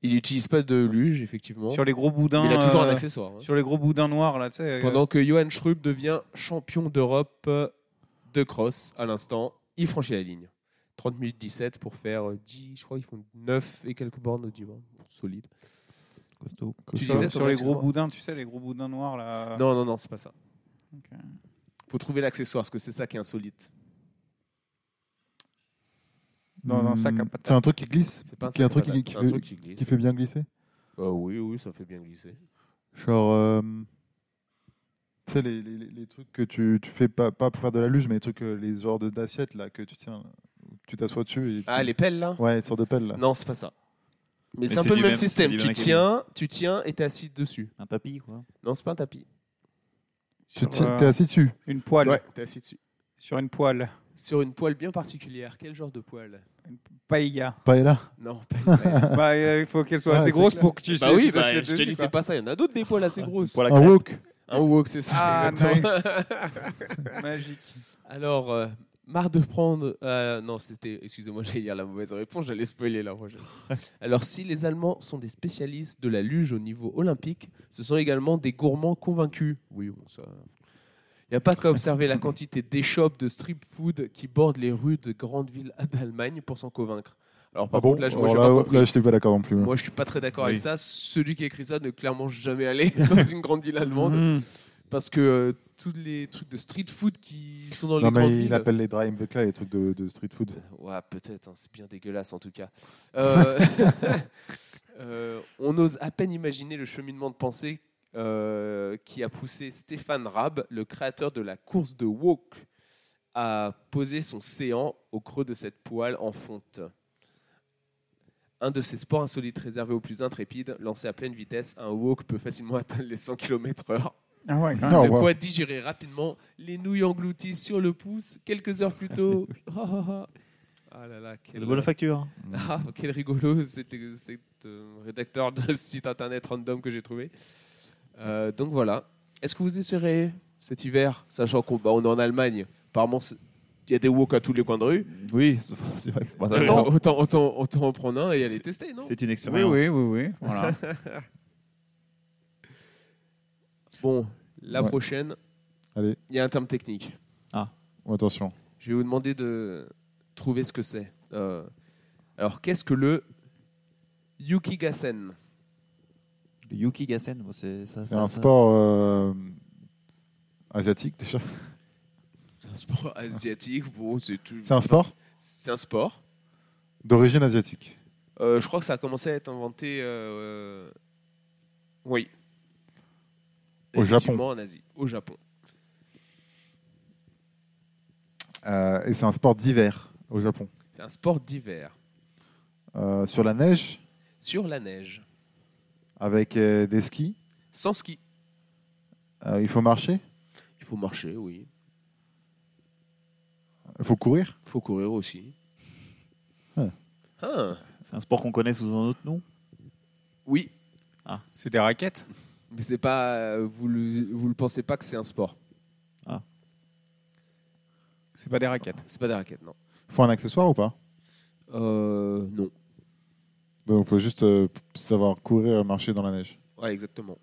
il n'utilise pas de luge effectivement.
sur les gros boudins.
Il a toujours un
euh,
accessoire. hein.
Sur les gros boudins noirs, là, tu sais. euh,
Pendant que Johan Schrupp devient champion d'Europe euh, de cross à l'instant, il franchit la ligne. 30 minutes 17 pour faire euh, 10, je crois qu'ils font 9 et quelques bornes au 10, hein. solide.
Costaud.
Tu
sur,
disais
sur les gros
Thomas,
boudins, tu sais, les gros boudins noirs, là.
Non, non, non, c'est pas ça.
Ok.
Faut trouver l'accessoire, parce que c'est ça qui est insolite.
Dans un sac à
Hmm.
patates.
C'est un truc qui glisse,
C'est pas un,
Qui est un
sac à
truc qui-
patates,
qui
un
fait-
truc qui glisse.
qui fait bien glisser.
Euh, oui, oui, ça fait bien glisser.
Genre, euh, tu sais, les, les- les- les trucs que tu, tu fais pas, pas pour faire de la luge, mais les trucs, euh, les genres de- d'assiettes là, que tu tiens, tu t'assois dessus. Et
Ah,
tu-
les pelles là
Ouais, une sorte de pelle là.
Non, c'est pas ça. Mais, c'est
c'est
un peu
du
le même
même-
système.
c'est du
Tu
même
tiens, tu tiens et t'es assis dessus.
Un tapis, quoi.
Ah
Non, c'est pas un tapis.
Tu
Sur,
ti-
euh,
t'es assis dessus.
une poêle.
Ouais, t'es assis dessus.
Sur une poêle.
Sur une poêle bien particulière. Quel genre de poêle
Paella.
Paella.
Non, pas une poêle.
bah, euh, il faut qu'elle soit
Ah,
assez
c'est
grosse
clair.
pour que tu
Ah, Bah
sais,
oui,
tu
bah,
t'assiettes
je te
dessus,
dis,
quoi.
c'est pas ça. Il y en a d'autres des poils assez grosses.
Pour la
Un
crêpe.
wok.
Un wok, c'est ça.
Ah,
exactement.
Magique.
Alors, euh, marre de prendre. euh, non, c'était. Excusez-moi, j'allais dire la mauvaise réponse, j'allais spoiler la prochaine. Alors, si les Allemands sont des spécialistes de la luge au niveau olympique, ce sont également des gourmands convaincus. Oui, bon, ça. Il n'y a pas qu'à observer la quantité d'échoppes de street food qui bordent les rues de grandes villes d'Allemagne pour s'en convaincre. Alors, par
Ah bon
contre, là, je- moi,
Alors
j'ai
là,
pas
ouais,
compris.
là, je suis pas d'accord non plus.
Moi, je suis pas très d'accord avec
Oui.
ça. Celui qui écrit ça ne clairement jamais aller dans une grande ville allemande
Mm.
Hmm.
parce que euh, tous les trucs de street food qui sont dans
non,
les grandes
mais il
villes.
appelle les dry MVK les trucs de, de street food.
Ouais, peut-être, hein, c'est bien dégueulasse en tout cas. Euh, euh, on ose à peine imaginer le cheminement de pensée euh, qui a poussé Stéphane Rab, le créateur de la course de Walk, à poser son séant au creux de cette poêle en fonte. Un de ces sports insolites réservés aux plus intrépides, lancé à pleine vitesse, un walk peut facilement atteindre les 100 km/h.
Ah ouais, quand même.
Non. Ah
De
ouais.
quoi digérer rapidement les nouilles englouties sur le pouce quelques heures plus tôt. Ah, ah, ah. Ah là là, quel,
De bonne facture.
Ah, quel rigolo cet, cet, euh, rédacteur de site internet random que j'ai trouvé. Euh, donc voilà. Est-ce que vous essaierez cet hiver, sachant qu'on bah, on est en Allemagne, apparemment c'est- il y a des wok à tous les coins de rue.
Oui, c'est- c'est vrai que c'est pas ça.
Autant, autant, autant, autant en prendre un et aller tester, non
C'est une
Oui,
expérience.
oui, oui, oui. Voilà.
Bon, la
Ouais.
prochaine,
Allez.
il y a un terme technique.
Oh, attention.
Je vais vous demander de trouver ce que c'est. Euh, alors, qu'est-ce que le Yukigassen
Le Yuki Gassen, bon, c'est ça.
C'est un sport euh, asiatique déjà.
Mmh. C'est un sport asiatique. Bon, c'est tout.
C'est un sport
C'est un sport.
d'origine asiatique.
Euh, je crois que ça a commencé à être inventé. euh, euh, Oui.
Au Japon.
Effectivement, En Asie. Au Japon.
Euh, et c'est un sport d'hiver au Japon.
C'est un sport d'hiver.
Euh, sur la neige,
Sur la neige.
avec euh, des skis.
Sans ski.
Euh, il faut marcher,
Il faut marcher, oui.
il faut courir.
Il faut courir aussi.
Ah.
Ah,
C'est un sport qu'on connaît sous un autre nom.
oui.
C'est des raquettes
Mais c'est pas. euh, Vous le, vous le pensez pas que c'est un sport.
C'est pas des raquettes.
C'est pas des raquettes, non.
Il faut un accessoire ou pas
Euh, non.
Donc, il faut juste euh, savoir courir, marcher dans la neige.
Ouais, exactement.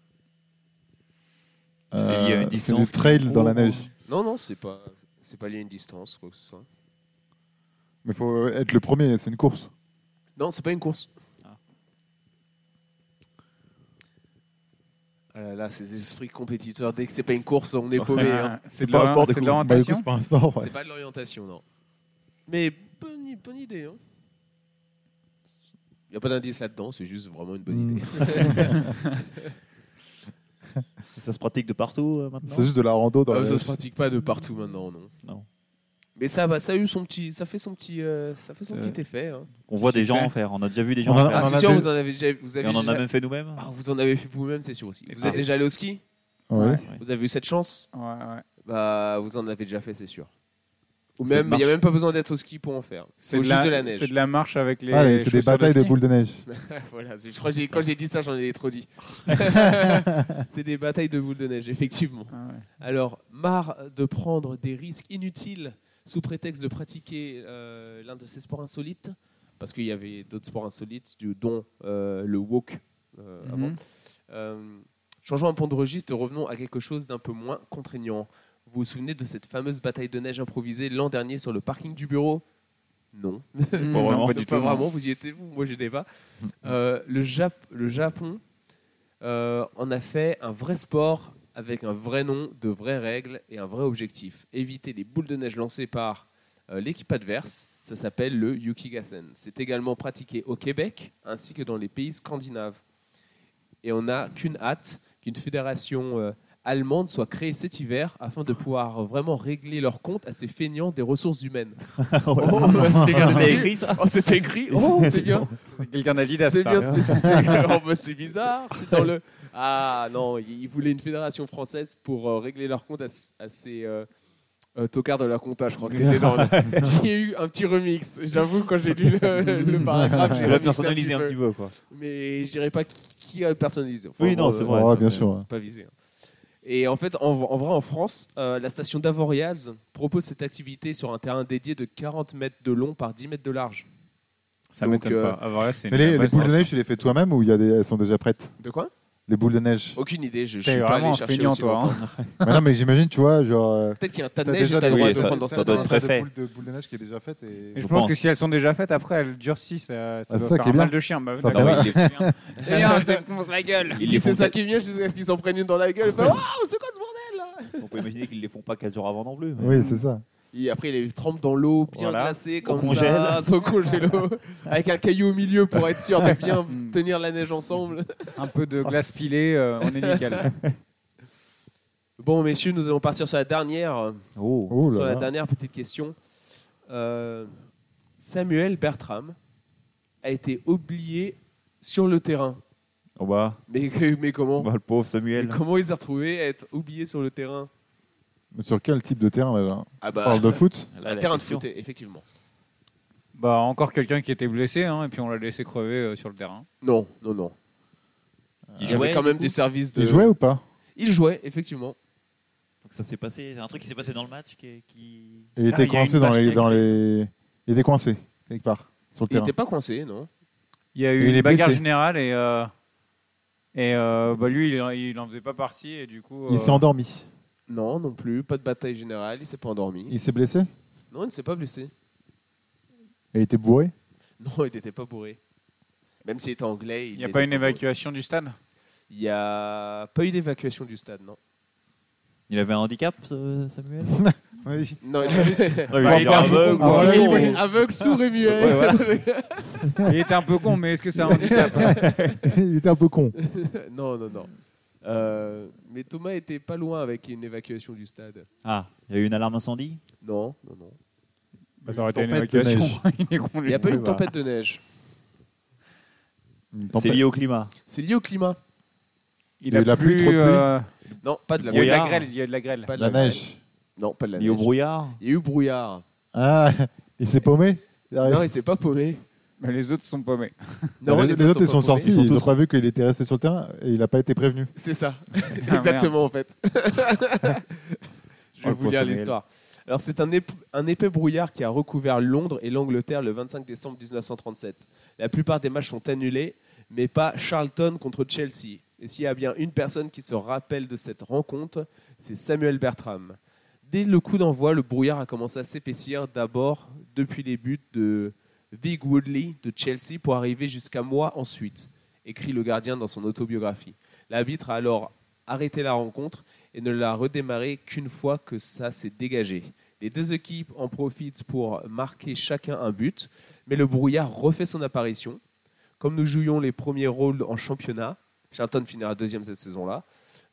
C'est lié à une
Euh,
distance
C'est du trail
qui-
dans la neige.
Non, non, c'est pas, c'est pas lié à une distance, quoi que ce soit.
Mais il faut euh, être le premier, c'est une course.
Non, c'est pas une course. Ah.
Ah.
Ah là là, ces esprits compétiteurs, dès que c'est pas une course, on est paumé. hein.
Ah, C'est de
pas un
l'or-
sport de
c'est de
coup.
Bah, du coup,
l'orientation.
c'est pas un sport. ouais.
C'est pas de l'orientation, non. Mais bonne, i- bonne idée. hein. Hmm. Il n'y a pas d'indice là-dedans, c'est juste vraiment une bonne
Mm.
idée.
Ça se pratique de partout euh, maintenant
C'est juste de la rando dans
Ah,
la-
ça se pratique pas de partout maintenant, non.
Non.
Mais ça va, ça a eu son petit, ça fait son petit, euh, ça fait son
C'est
petit
vrai.
effet. hein.
On voit
C'est
des gens
ça.
en faire. On a déjà vu des gens
On en
en
a-
faire.
Ah,
on
c'est sûr,
deux.
vous en avez, déjà- vous
Et
avez
on en a
déjà-
même fait nous-mêmes.
Ah, vous en avez fait vous-même, c'est sûr aussi. Vous
Ah.
êtes déjà allé au ski
Ouais.
Vous avez eu cette chance
Ouais, ouais.
Bah, vous en avez déjà fait, c'est sûr. Ou
C'est
même, il n'y
marche.
a même pas besoin d'être au ski pour en faire.
C'est
Faut
de,
juste
la-
de la neige.
c'est de la marche avec les.
Allez, Ah, c'est des
chaussures
batailles de,
ski.
boules de neige.
voilà, je crois que j'ai- quand j'ai dit ça, j'en ai trop dit. c'est des batailles de boules de neige, effectivement.
Ah ouais.
Alors, marre de prendre des risques inutiles sous prétexte de pratiquer euh, l'un de ces sports insolites, parce qu'il y avait d'autres sports insolites, du- dont euh, le walk euh, avant.
Mhm.
Euh, changeons un pont de registre et revenons à quelque chose d'un peu moins contraignant. Vous vous souvenez de cette fameuse bataille de neige improvisée l'an dernier sur le parking du bureau Non.
Non,
vraiment,
Non,
pas
pas
du tout, Mm. non.
vraiment, vous y étiez, vous, moi j'étais pas. Euh, le, Jap- le Japon euh, en a fait un vrai sport avec un vrai nom, de vraies règles et un vrai objectif. Éviter les boules de neige lancées par euh, l'équipe adverse, ça s'appelle le Yukigassen. C'est également pratiqué au Québec ainsi que dans les pays scandinaves. Et on n'a qu'une hâte qu'une fédération euh, allemande soit créée cet hiver afin de pouvoir vraiment régler leur compte à ces feignants des ressources humaines.
Oh là
Oh, ouais, c'était grave
C'était
stylé.
écrit ça
Oh, c'était écrit. Oh, c'est bien.
Quelqu'un a dit ah,
C'est
ça.
bien spécifique. Oh, bah, c'est bizarre. C'est dans le. Ah non, ils ils voulaient une fédération française pour euh, régler leur compte à, c- à ces euh, euh, tocards de la compta. Je crois que c'était dans. le- J'ai eu un petit remix. J'avoue, quand j'ai lu le, le paragraphe, j'ai
On va
remixé
personnaliser un petit peu quoi.
Mais je dirais pas qui, qui a personnalisé. Enfin,
Oui, non,
bon,
c'est
euh,
vrai.
Ouais,
ça
bien
fait-
sûr.
c'est pas visé. hein. Et en fait, en, en vrai, en France, euh, la station d'Avoriaz propose cette activité sur un terrain dédié de 40 mètres de long par 10 mètres de large.
Ça
Donc,
m'étonne
euh,
pas. Ah, voilà, c'est
Mais
une vraie
les, les boules de
sensation.
neige, tu les fais toi-même ou il y a des- elles sont déjà prêtes
De quoi
Les boules de
Oh.
neige.
Aucune idée, je, je
T'es
suis pas
vraiment
allé
un
chercher
feignant,
aussi
toi, hein.
longtemps.
Mais non, mais j'imagine, tu vois, genre. euh,
Peut-être qu'il y a un tas de
t'as
neige et
déjà
t'as le
des-
droit
Oui,
de
ça-
prendre dans
ça
sa
doit
main.
être préfet.
Boule de, boule de neige qui est déjà faite.
Et
Et...
je,
Je
pense, que
pense.
si elles sont déjà faites, après elles durcissent. Ça, ça
Ah,
doit
ça
faire
qui est
un mal
bien.
de chien. Bah,
Ça
d'accord,
Ah
va.
il est bien. C'est bien, défonce la gueule.
Il dit c'est ça qui est bien jusqu'à ce qu'ils s'en prennent une dans la gueule. Bah, Waouh, c'est quoi ce bordel là
On peut imaginer qu'ils les font pas 15 jours avant non plus. mais-
Oui, c'est ça.
Et après, il les trempe dans l'eau, bien
Voilà.
glacée, comme ça,
congèle.
au congélo, avec un caillou au milieu pour être sûr de bien
Mm.
tenir la neige ensemble.
Un peu de glace pilée, euh, on est nickel.
Bon, messieurs, nous allons partir sur la dernière. euh,
Oh.
Oh
sur la
là là.
dernière petite question. Euh, Samuel Bertram a été oublié sur le terrain.
Oh bah,
Mais, mais comment
bah, le pauvre
Mais
Samuel.
Comment il s'est retrouvé à être oublié sur le terrain
Mais Sur quel type de terrain là, là
Ah
On
bah,
parle de foot
Là,
un
la
terrain de
question.
foot, effectivement.
Bah, encore quelqu'un qui était blessé, hein, et puis on l'a laissé crever euh, sur le terrain.
Non, non, non.
Il
Il y avait
jouait
quand
du
même
coup
des services de.
Il jouait ou pas
Il jouait, effectivement.
Donc ça s'est passé, c'est un truc qui s'est passé dans le match qui. est- qui...
Il
Ah,
était
il y a
coincé
une
dans
vache
les,
qui a
dans les. Il était coincé, quelque part, sur le
Il
terrain.
n'était pas coincé, non
Il y a
Et
eu
il est
une bagarre
blessé.
générale et, euh, et euh, bah, lui, il, il en faisait pas partie, et du coup. euh,
Il s'est endormi.
Non, non plus. Pas de bataille générale. Il s'est pas endormi.
Il s'est blessé
Non, il ne s'est pas blessé.
Il était bourré
Non, il n'était pas bourré. Même s'il était anglais.
Il n'y a
était
pas une
bourré.
évacuation du stade
Il n'y a pas eu d'évacuation du stade, non.
Il avait un handicap, ce- Samuel
Oui.
Non,
Bah, il
Il
était
aveugle.
Ah,
ou
ouais,
sinon-
oui.
Aveugle, sourd et muet.
Ouais, voilà.
Il était un peu con, mais est-ce que ça a un handicap
il était un peu con.
non, non, non. Euh, mais Thomas était pas loin avec une évacuation du stade.
Ah, il y a eu une alarme incendie
Non, non, non.
Bah, Ça aurait été une
Tempête de
évacuation. Il est con,
Il n'y
lui.
a pas eu
Oui,
de
voilà.
tempête de neige.
Une tempête.
C'est lié au climat.
C'est lié au climat.
Il a, plus.
trop de pluie.
euh,
Non, pas de la
il y a eu de la
Brouillard.
grêle. Il y a eu de la grêle.
Pas de
La neige.
Non, pas de la
Lié au
neige.
brouillard
Il y a eu brouillard.
Ah, il s'est paumé Il arrive.
Non, il s'est pas paumé.
Mais les autres sont paumés.
Non,
les, les autres, ils
pas
sont
paumés.
sortis,
Ils sont
ils
tous
n'ont pas vu qu'il était resté sur le terrain et il n'a pas été prévenu.
C'est ça.
Ah,
Exactement, en fait. Je vais
Oh, le
vous lire
poisson
l'histoire. Alors, c'est un, ép- un épais brouillard qui a recouvert Londres et l'Angleterre le 25 décembre 1937. La plupart des matchs sont annulés, mais pas Charlton contre Chelsea. Et s'il y a bien une personne qui se rappelle de cette rencontre, c'est Samuel Bertram. Dès le coup d'envoi, le brouillard a commencé à s'épaissir, d'abord depuis les buts de Vig Woodley de Chelsea pour arriver jusqu'à moi ensuite, écrit le gardien dans son autobiographie. L'arbitre a alors arrêté la rencontre et ne l'a redémarré qu'une fois que ça s'est dégagé. Les deux équipes en profitent pour marquer chacun un but, mais le brouillard refait son apparition. Comme nous jouions les premiers rôles en championnat, Charlton finira deuxième cette saison-là,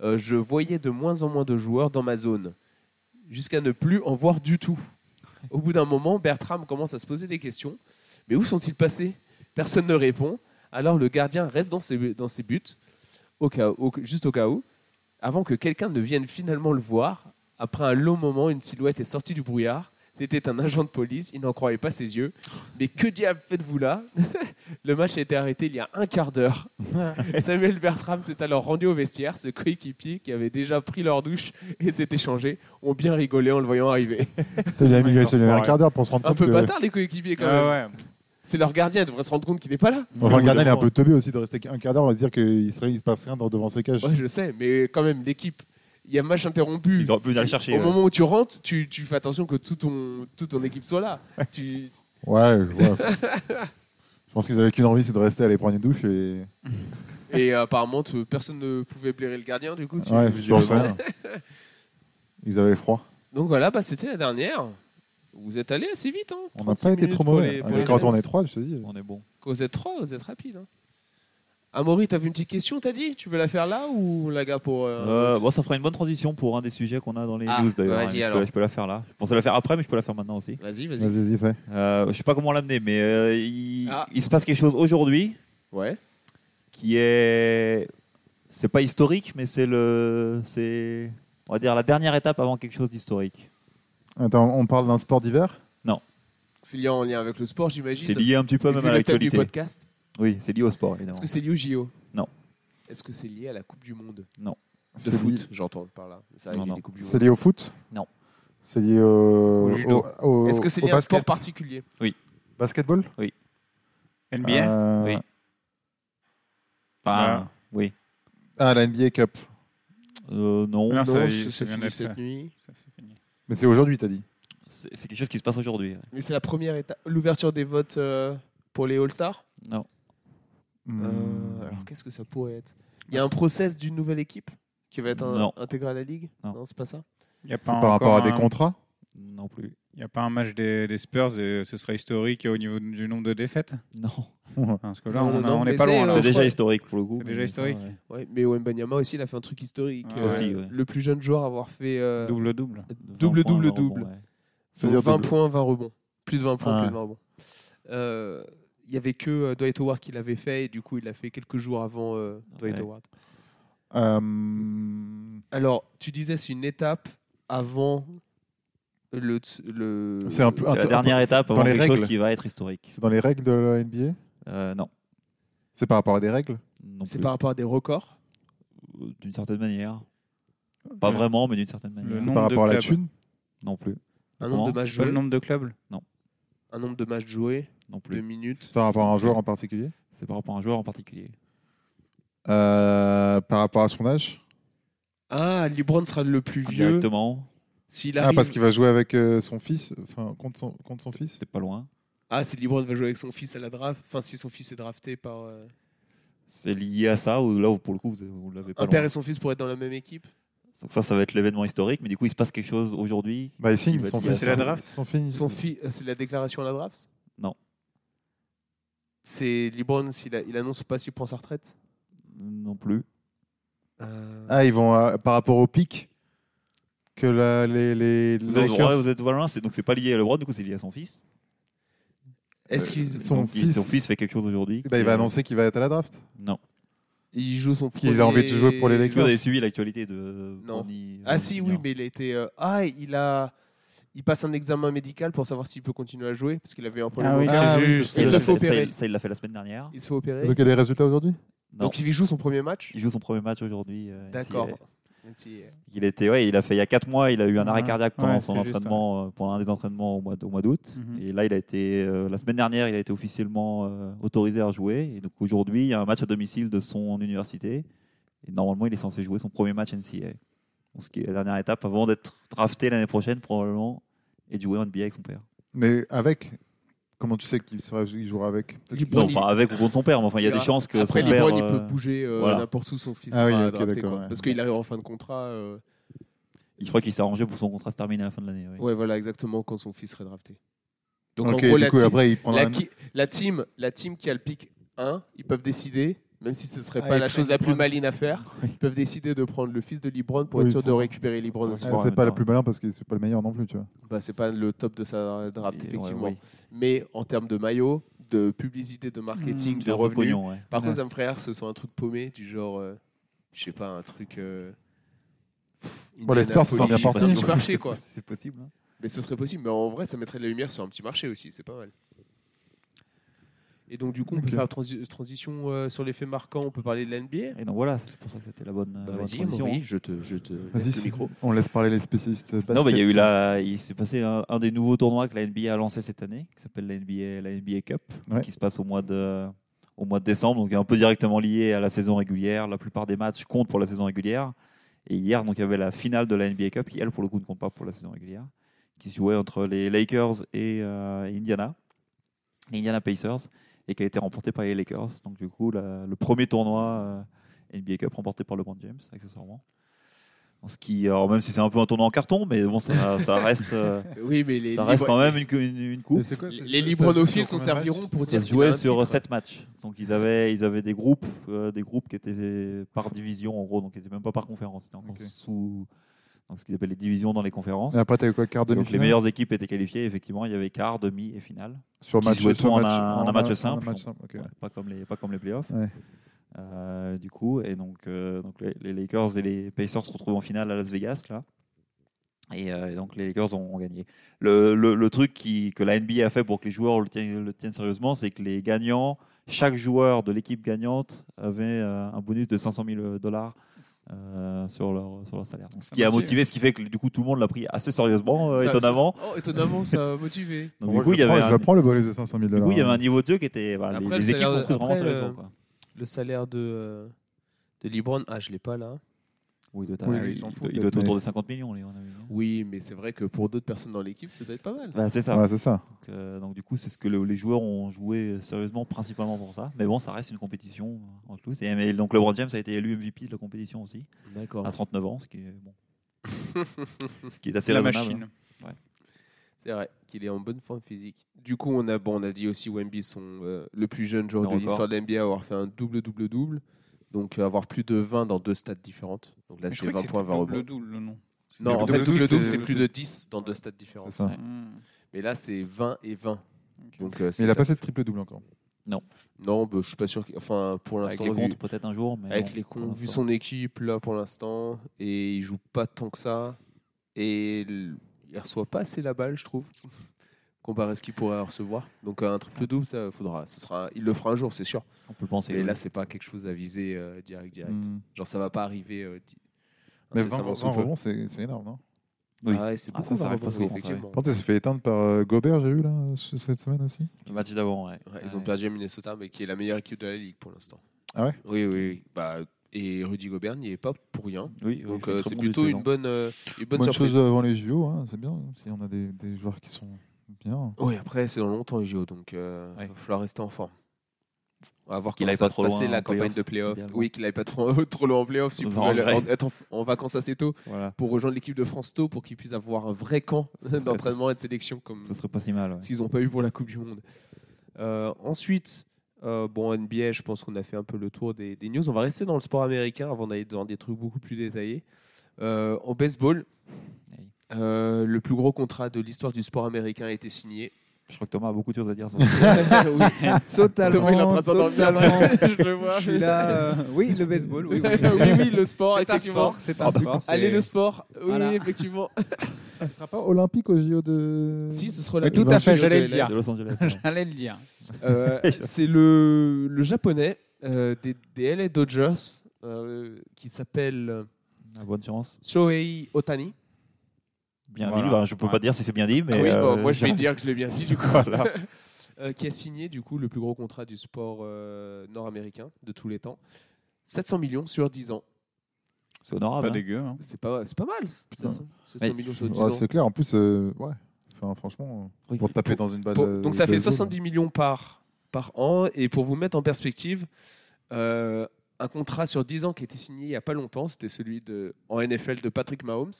euh, je voyais de moins en moins de joueurs dans ma zone, jusqu'à ne plus en voir du tout. Au bout d'un moment, Bertram commence à se poser des questions. Mais où sont-ils passés Personne ne répond. Alors le gardien reste dans ses, dans ses buts, au cas, au- juste au cas où, avant que quelqu'un ne vienne finalement le voir. Après un long moment, une silhouette est sortie du brouillard. C'était un agent de police, il n'en croyait pas ses yeux. Mais que diable faites-vous là Le match a été arrêté il y a un quart d'heure. Samuel Bertram s'est alors rendu au vestiaire. Ce coéquipier qui avait déjà pris leur douche et s'était changé ont bien rigolé en le voyant arriver.
Il a
Ouais,
mis
ils
le-
sont
il a mis un
forts,
quart d'heure pour se rendre
Un
compte
peu
que.
bâtard les coéquipiers quand même.
Ah ouais.
C'est leur gardien, il devrait se rendre compte qu'il n'est pas là.
Enfin, le gardien, il est un peu teubé aussi de rester un quart d'heure. On va se dire qu'il ne se passe rien dans- devant ses cages.
Ouais, je sais, mais quand même, l'équipe, il y a match interrompu.
Ils auraient pu venir le chercher.
Au
ouais.
moment où tu rentres, tu, tu fais attention que tout ton, toute ton équipe soit là. Tu-
Ouais, je vois. je pense qu'ils avaient qu'une envie, c'est de rester aller prendre une douche et.
et euh, apparemment, tu- personne ne pouvait blairer le gardien, du coup. tu-
Ouais,
tu-
je pense rien. Ils avaient froid.
Donc voilà, bah, c'était la dernière. Vous êtes allé assez vite, hein
On n'a
36
pas été
minutes
trop
pour
mauvais.
les-
Ah,
pour
mais
les
quand on
SS.
est trois, je te dis.
On est bon.
Quand vous êtes trois, vous êtes rapide. Hein. Amaury, t'avais une petite question, t'as dit Tu veux la faire là ou la gars pour. euh, un
Euh,
autre
bon, ça fera une bonne transition pour un des sujets qu'on a dans les
Ah,
news d'ailleurs.
vas-y,
hein, je peux-
alors.
Je peux la faire là. Je pensais la faire après, mais je peux la faire maintenant aussi.
Vas-y,
Vas-y,
vas-y.
vas-y, fais.
Euh, je sais pas comment l'amener, mais euh, il,
Ah.
il se passe quelque chose aujourd'hui
Ouais.
qui est, c'est pas historique, mais c'est le, c'est, on va dire la dernière étape avant quelque chose d'historique.
Attends, on parle d'un sport d'hiver
C'est lié en lien avec le sport, j'imagine.
C'est lié un petit peu
Vu
même à
le thème du
l'actualité.
podcast.
Oui, c'est lié au sport évidemment.
Est-ce que c'est lié au JO
Non.
Est-ce que c'est lié à la Coupe du Monde De
C'est
foot,
lié-
j'entends par là. C'est vrai
Non,
qu'il y a
non.
des Coupes du
C'est
Monde.
lié au foot
Non.
C'est lié au.
Au judo.
au- au-
Est-ce que c'est
au
lié à un sport
basket
particulier
Basketball
NBA
Euh,
Oui. Ah, oui.
Ah, la NBA Cup.
Euh, non.
Non, ça,
Non,
il-
c'est-
ça
c'est
vient
fini
d'être
cette
fait.
nuit.
Ça, c'est fini.
Mais c'est aujourd'hui, t'as dit
C'est c'est quelque chose qui se passe aujourd'hui. ouais.
Mais c'est la première étape. L'ouverture des votes euh, pour les All-Stars
Non.
Euh,
Hmm.
Alors qu'est-ce que ça pourrait être Il y a un process d'une nouvelle équipe qui va être un-
Ah, Non.
intégrée à la Ligue
Non.
c'est pas ça
Il y a pas
Par rapport
encore
à des
un-
contrats
Non plus.
Il n'y a pas un match des, des Spurs, et ce serait historique au niveau du nombre de défaites
Non.
Parce que là,
Non,
on a-
non,
on
mais
n'est pas
c'est,
loin. hein.
euh,
là.
C'est
je
déjà
crois-
historique pour le coup.
C'est déjà
mais-
historique.
Ouais.
ouais, Mais Wembanyama aussi, il a fait un truc historique.
Ah,
euh,
aussi, ouais.
Le plus jeune joueur à avoir fait euh,
Double-double.
double,
20 points,
double,
le rebond,
double.
ouais.
Donc,
C'est-à-dire
20
double.
points, 20 rebonds. Plus de 20 points,
Ah
plus
ouais.
de 20 rebonds. Euh, Il n'y avait que euh, Dwight Howard qui l'avait fait et du coup, il l'a fait quelques jours avant euh, Dwight
Ouais.
Howard.
Euh,
Alors, tu disais c'est une étape avant le. le
C'est un peu-
C'est la
Attends,
dernière
attends,
étape
dans
avant
les
quelque chose
règles.
qui va être historique.
C'est dans les règles de la NBA
Euh, non.
C'est par rapport à des règles
Non
C'est
plus.
par rapport à des records.
Euh, D'une certaine manière. Pas
Le-
vraiment, mais d'une certaine
Le
manière.
nombre
Par
de
rapport à la
clubs.
thune
Non plus.
Un nombre de
Comment
matchs
Je vois le
joués.
nombre de clubs.
Un nombre de matchs joués.
Non
Deux
plus.
minutes.
Par rapport à un joueur en particulier
C'est par rapport à un joueur en particulier.
Euh, Par rapport à son âge
Ah, LeBron sera le plus vieux.
Directement,
S'il
Ah,
arrive.
parce qu'il va jouer avec euh, son fils Enfin, contre son, contre son fils
c'est pas loin.
Ah, si LeBron va jouer avec son fils à la draft. Enfin, si son fils est drafté par. euh,
C'est lié à ça, ou là, où, pour le coup, vous- vous l'avez pas
Un père
loin.
et son fils pour être dans la même équipe.
Donc ça, ça va être l'événement historique, mais du coup, il se passe quelque chose aujourd'hui.
Bah, il signe,
Il va
son
dire-
fils.
C'est la draft.
Son fils.
Son fils, euh, c'est la déclaration à la draft
Non.
C'est LeBron, s'il a- il annonce pas s'il prend sa retraite
Non plus.
Euh,
Ah, ils vont euh, par rapport au pic que la- les, les
Vous êtes,
Lakers-
ouais, vous êtes voilà, loin, c'est- donc c'est pas lié à LeBron, du coup, c'est lié à son fils.
Est-ce
Euh,
qu'ils
Son
donc, il-
fils-
son fils fait quelque chose aujourd'hui.
Eh ben, il va annoncer qu'il va être à la draft.
Non.
il joue son
Qu'il a envie de jouer pour les
premier-
Est-ce que vous avez
Lakers.
suivi l'actualité de
Non.
Bronny-
Ah si, oui,
Bronny-
mais il a été. euh, Ah, il a. Il passe un examen médical pour savoir s'il peut continuer à jouer parce qu'il avait un problème.
Ah oui,
au-
c'est Ah
c'est
oui,
juste.
juste.
il
Ça,
se
l'a
fait
fait- ça,
opérer.
il- ça, il l'a fait la semaine dernière.
Il se fait opérer.
Donc, il y a les résultats aujourd'hui
Non.
Donc il joue son premier match.
il joue son premier match aujourd'hui. euh,
D'accord.
NCAA.
Même si, euh,
Il était, ouais, il a fait il y a 4 mois, il a eu un arrêt
Ouais.
cardiaque pendant
Ouais,
son
c'est juste,
entraînement, euh, pendant un des entraînements au mois, d- au mois d'août.
Mhm.
Et là, il a été, euh, la semaine dernière, il a été officiellement euh, autorisé à jouer. Et donc aujourd'hui, il y a un match à domicile de son université. Et normalement, il est censé jouer son premier match NCAA. Donc, ce qui est la dernière étape avant d'être drafté l'année prochaine, probablement, et de jouer en NBA avec son père.
Mais avec Comment tu sais qu'il sera, il jouera avec Peut-être
Il
qu'il-
Bon,
Non, enfin, avec ou contre son père, mais enfin, il y a
il
des
ira-
chances que
Après,
son
LeBron,
père.
il peut
euh,
bouger euh,
voilà.
n'importe où son fils
Ah oui,
sera
ok,
drafté,
d'accord,
quoi.
ouais.
Parce qu'il arrive en fin de contrat. euh,
Je crois qu'il s'est arrangé pour son contrat se termine à la fin de l'année. oui.
Ouais, voilà, exactement quand son fils serait drafté. Donc
Ok,
en gros,
du
la,
coup,
team,
après, il prendra
la,
un-
qui- la team, la team qui a le pic 1, ils peuvent décider même si ce ne serait
Ah,
pas
ils
la chose
prennent
la plus
LeBron.
maline à faire, ils peuvent décider de prendre le fils de LeBron pour
Oui,
être sûr
ça
de
va.
récupérer LeBron aussi.
Ah,
Bon, en
c'est
même
pas le
temps.
plus malin parce que c'est pas le meilleur non plus, tu vois.
Bah, c'est pas le top de sa draft,
Et- ouais,
effectivement.
oui.
Mais en termes de maillot, de publicité, de marketing,
Mmh,
de
Faire du
revenus,
pognon, ouais.
par
Ouais.
contre, ça me ferait rire que ce soit un truc paumé, du genre, euh, je sais pas, un truc. euh, pff,
Bon, les Spurs, ils sont bien
Indianapolis,
partis.
un petit marché, quoi.
C'est possible. hein.
Mais ce serait possible, mais en vrai, ça mettrait de la lumière sur un petit marché aussi, c'est pas mal. Et donc, du coup, on
Ok.
peut faire transi- transition euh, sur l'effet marquant, on peut parler de l'NBA
Et donc voilà, c'est pour ça que c'était la bonne, la
Bah,
bonne
Euh, Vas-y,
transition.
Maury, je te, je te laisse
Vas-y,
le micro.
on laisse parler les spécialistes.
Non,
basket.
mais il y a eu là, il s'est passé un, un des nouveaux tournois que la NBA a lancé cette année, qui s'appelle la NBA, la NBA Cup,
Ouais.
qui se passe au mois de au mois de décembre, donc est un peu directement lié à la saison régulière. La plupart des matchs comptent pour la saison régulière. Et hier, donc, il y avait la finale de la NBA Cup, qui elle, pour le coup, ne compte pas pour la saison régulière, qui se jouait entre les Lakers et euh, Indiana, les Indiana Pacers, et qui a été remportée par les Lakers. Donc, du coup, la- le premier tournoi euh, NBA Cup remporté par LeBron James, accessoirement. Ce qui, alors, même si c'est un peu un tournoi en carton, mais bon, ça, ça reste, euh,
Oui, mais les,
ça reste
libra-
quand même une, une, une coupe.
Mais c'est quoi, c'est-
les
ça-
libronophiles
ça-
s'en serviront pour
Ça
dire
se
qu'il y a
jouait
un
sur
titre.
7 matchs. Donc ils avaient, ils avaient des groupes, euh, des groupes qui étaient par division en gros, donc qui n'étaient même pas par conférence. C'était encore
Ok.
sous donc, ce qu'ils appellent les divisions dans les conférences.
Et après, t'as eu quoi Quart de
donc les meilleures équipes étaient qualifiées. Effectivement, il y avait quart, demi et finale.
sur
qui
match,
jouaient
sur
tout en
match-
un- en un match simple.
match simple, ok.
Ouais, pas comme les, pas comme les playoffs.
Ouais.
Euh, du coup, et donc, euh, donc les, les Lakers et les Pacers se retrouvent en finale à Las Vegas là. Et, euh, et donc les Lakers ont, ont gagné. Le, le- le truc qui, que la NBA a fait pour que les joueurs le tiennent, le tiennent sérieusement, c'est que les gagnants, chaque joueur de l'équipe gagnante avait euh, un bonus de 500 000 dollars euh, sur, leur, sur leur salaire. Donc, ce
Ah,
Ça
qui a
motive.
motivé, ce qui fait que du coup tout le monde l'a pris assez sérieusement, euh,
Ça- ça-
étonnamment.
Oh, étonnamment, ça a motivé.
Donc,
Moi,
du coup,
je
il y avait
prends- Je
un,
prends le bonus de 500 000
du coup, il y avait un niveau de jeu qui était. voilà,
Après, le
les- les équipes
salaire-
ont pris vraiment
après,
euh,
sérieusement.
le-
quoi.
Le salaire de, euh, de Libron, ah, je l'ai pas là.
Oui, il doit,
Oui,
être-
oui, ils
il
s'en
doit-
foutent,
il doit être
mais-
autour de 50 millions, les, on a vu, non
Oui, mais c'est vrai que pour d'autres personnes dans l'équipe, ça doit être pas mal.
Bah, c'est ça.
Ouais, c'est ça.
Donc, euh, donc, du coup, c'est ce que le- les joueurs ont joué sérieusement, principalement pour ça. Mais bon, ça reste une compétition euh, entre tous. Et mais donc LeBron James a été élu MVP de la compétition aussi,
D'accord.
à 39 ans, ce qui est, bon. ce qui est assez
la
raisonnable.
machine.
C'est vrai qu'il est en bonne forme physique. Du coup, on a, bon, on a dit aussi Wemby, son, euh, le plus jeune joueur
Le
de
record.
l'histoire de l'NBA, avoir fait un double-double-double. Donc, euh, avoir plus de 20 dans deux stades différentes. Donc là,
Je
c'est
crois que
20
c'était
points, 20 rebonds.
double double le nom.
Non, en fait,
Double-double,
double-double,
c'est-
c'est plus de 10 dans deux stades différents.
C'est ça.
Ouais.
Hmm.
Mais là, c'est 20 et 20.
Ok.
Donc, euh,
Mais
c'est
il a
ça.
pas fait de triple-double encore.
Non, bah, je suis pas sûr. qu'il- Enfin, pour
Avec
l'instant,
les
vu-
comptes, peut-être un jour. Mais
avec
bon,
les
pour
comptes, vu
l'instant.
son équipe là pour l'instant, et il joue pas tant que ça, et il il reçoit pas assez la balle, je trouve, comparé à ce qu'il pourrait recevoir. Donc euh, un triple double, ça faudra, ce sera, il le fera un jour, c'est sûr.
On peut le penser.
Mais
oui.
là, c'est pas quelque chose à viser euh, direct, direct.
Mm.
Hmm.
Genre ça va pas arriver. Euh, di-
Mais 20
incessamment sous
20
peu.
rebonds, c'est c'est énorme, non
Oui.
Ah ouais, c'est
Ah,
beaucoup.
ça, ça
par
arrive pas
rapport-
souvent, ça,
effectivement.
Par contre, il s'est fait éteindre par euh, Gobert, j'ai vu, là, ce- cette semaine aussi.
Le match d'avant, ouais.
Ouais, Ils ont
Ouais.
perdu à Minnesota, mais qui est la meilleure équipe de la ligue pour l'instant.
Ah ouais
Oui, oui, oui. Bah, et Rudy Gobert n'y est pas pour rien.
Oui, oui,
Donc
il fait
euh,
très
c'est
bon
plutôt
début de
une
saison.
bonne, euh, une bonne,
Bonne
surprise.
chose avant les JO, hein, c'est bien. Si on a des, des joueurs qui sont bien.
Oui, après, c'est dans longtemps les JO, donc euh,
Ouais.
il va falloir rester en forme. On va voir
Qu'il
comment
aille
ça
pas
va se
trop loin
passer
en
la campagne
playoff,
de playoff.
idéalement.
Oui, qu'il n'aille pas trop, trop loin en playoff. Si
Dans
vous
un
pouvez
vrai.
en- être en, en vacances assez tôt
Voilà.
pour rejoindre l'équipe de France tôt pour qu'ils puissent avoir un vrai camp
serait-
d'entraînement et de sélection comme
Ce serait pas si mal. ouais.
s'ils n'ont pas eu pour la Coupe du Monde. Euh, ensuite, euh, bon, NBA, je pense qu'on a fait un peu le tour des, des news. On va rester dans le sport américain avant d'aller dans des trucs beaucoup plus détaillés. Euh, en baseball,
Oui.
euh, le plus gros contrat de l'histoire du sport américain a été signé.
Je crois que Thomas a beaucoup de choses à dire sur ce
Oui.
Totalement.
Thomas, il est en train de
totalement.
s'endormir. je le vois.
Je suis là. euh, oui, le baseball. Oui, oui.
oui, oui, le sport,
C'est un
effectivement.
sport. C'est un sport. c'est-
Allez, le sport. Oui,
Voilà.
oui, effectivement.
Ce sera pas olympique aux JO de.
si, ce sera
Mais tout à fait, j'allais le dire.
de Los Angeles. ouais.
J'allais le dire.
Euh, c'est le, le japonais euh, des, des LA Dodgers euh, qui s'appelle
Ah, Bonne chance.
Shohei Otani.
Bien
Voilà.
dit, bah, je peux
Ouais.
pas dire si c'est bien dit, mais
Ah oui,
euh,
bah, moi je vais
j'ai-
dire que je l'ai bien dit du coup.
Voilà.
Euh, qui a signé du coup le plus gros contrat du sport euh, nord-américain de tous les temps. 700 millions sur 10 ans.
C'est honorable.
Pas
hein.
dégueu. hein.
C'est pas, c'est pas mal. 700, 700 millions sur 10
Ouais,
ans.
c'est clair, en plus, euh, ouais. Enfin, franchement,
Oui.
pour taper dans une balle.
Pour-
euh,
donc ça
de
fait
baseball,
70 millions par, par an. Et pour vous mettre en perspective, euh, un contrat sur 10 ans qui a été signé il n'y a pas longtemps, c'était celui de, en NFL de Patrick Mahomes,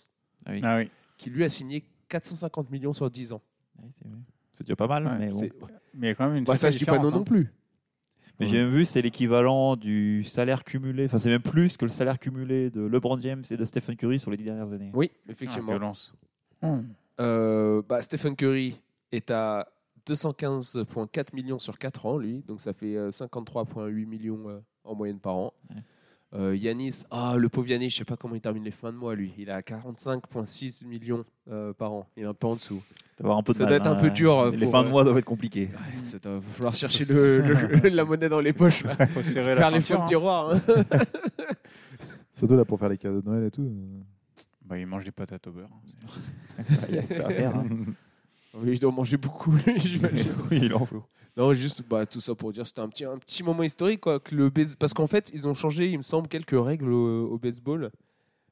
Ah oui.
qui lui a signé 450 millions sur 10 ans.
Ouais, c'est- C'est déjà pas mal,
Ouais,
mais bon.
C'est-
Mais il y a quand même une.
Ah Bah, ça,
sacrée
je dis pas non
différence, hein. Ah,
non plus.
Mais j'ai même vu, c'est l'équivalent du salaire cumulé, enfin c'est même plus que le salaire cumulé de LeBron James et de Stephen Curry sur les dix dernières années.
Oui,
Ah,
effectivement.
violence.
Euh, bah, Stephen Curry est à 215,4 millions sur 4 ans, lui. Donc ça fait euh, 53,8 millions euh, en moyenne par an.
Ouais.
Euh, Yanis, ah, le pauvre Yanis, je sais pas comment il termine les fins de mois, lui. Il a 45,6 millions euh, par an. Il est un peu en dessous.
D'avoir un peu de
Ça
mal,
doit être un
hein.
peu dur, euh,
Les
pour,
fins de
euh,
mois doivent être compliquées.
Ouais, ça doit Hmm. falloir chercher le- le- la monnaie dans les poches. Là.
Bah, Faut serrer la
Faire les fonds
ceinture.
de
hein.
tiroir. hein.
Surtout là pour faire les cadeaux de Noël et tout. euh.
Bah, il mange des patates au beurre.
Il y a que ça à
Ah.
faire. hein.
Oui, je dois en manger beaucoup, j'imagine.
Oui, il en faut.
Non, juste bah, tout ça pour dire c'était un petit, un petit moment historique. Quoi, que le base- Parce qu'en fait, ils ont changé, il me semble, quelques règles au, au baseball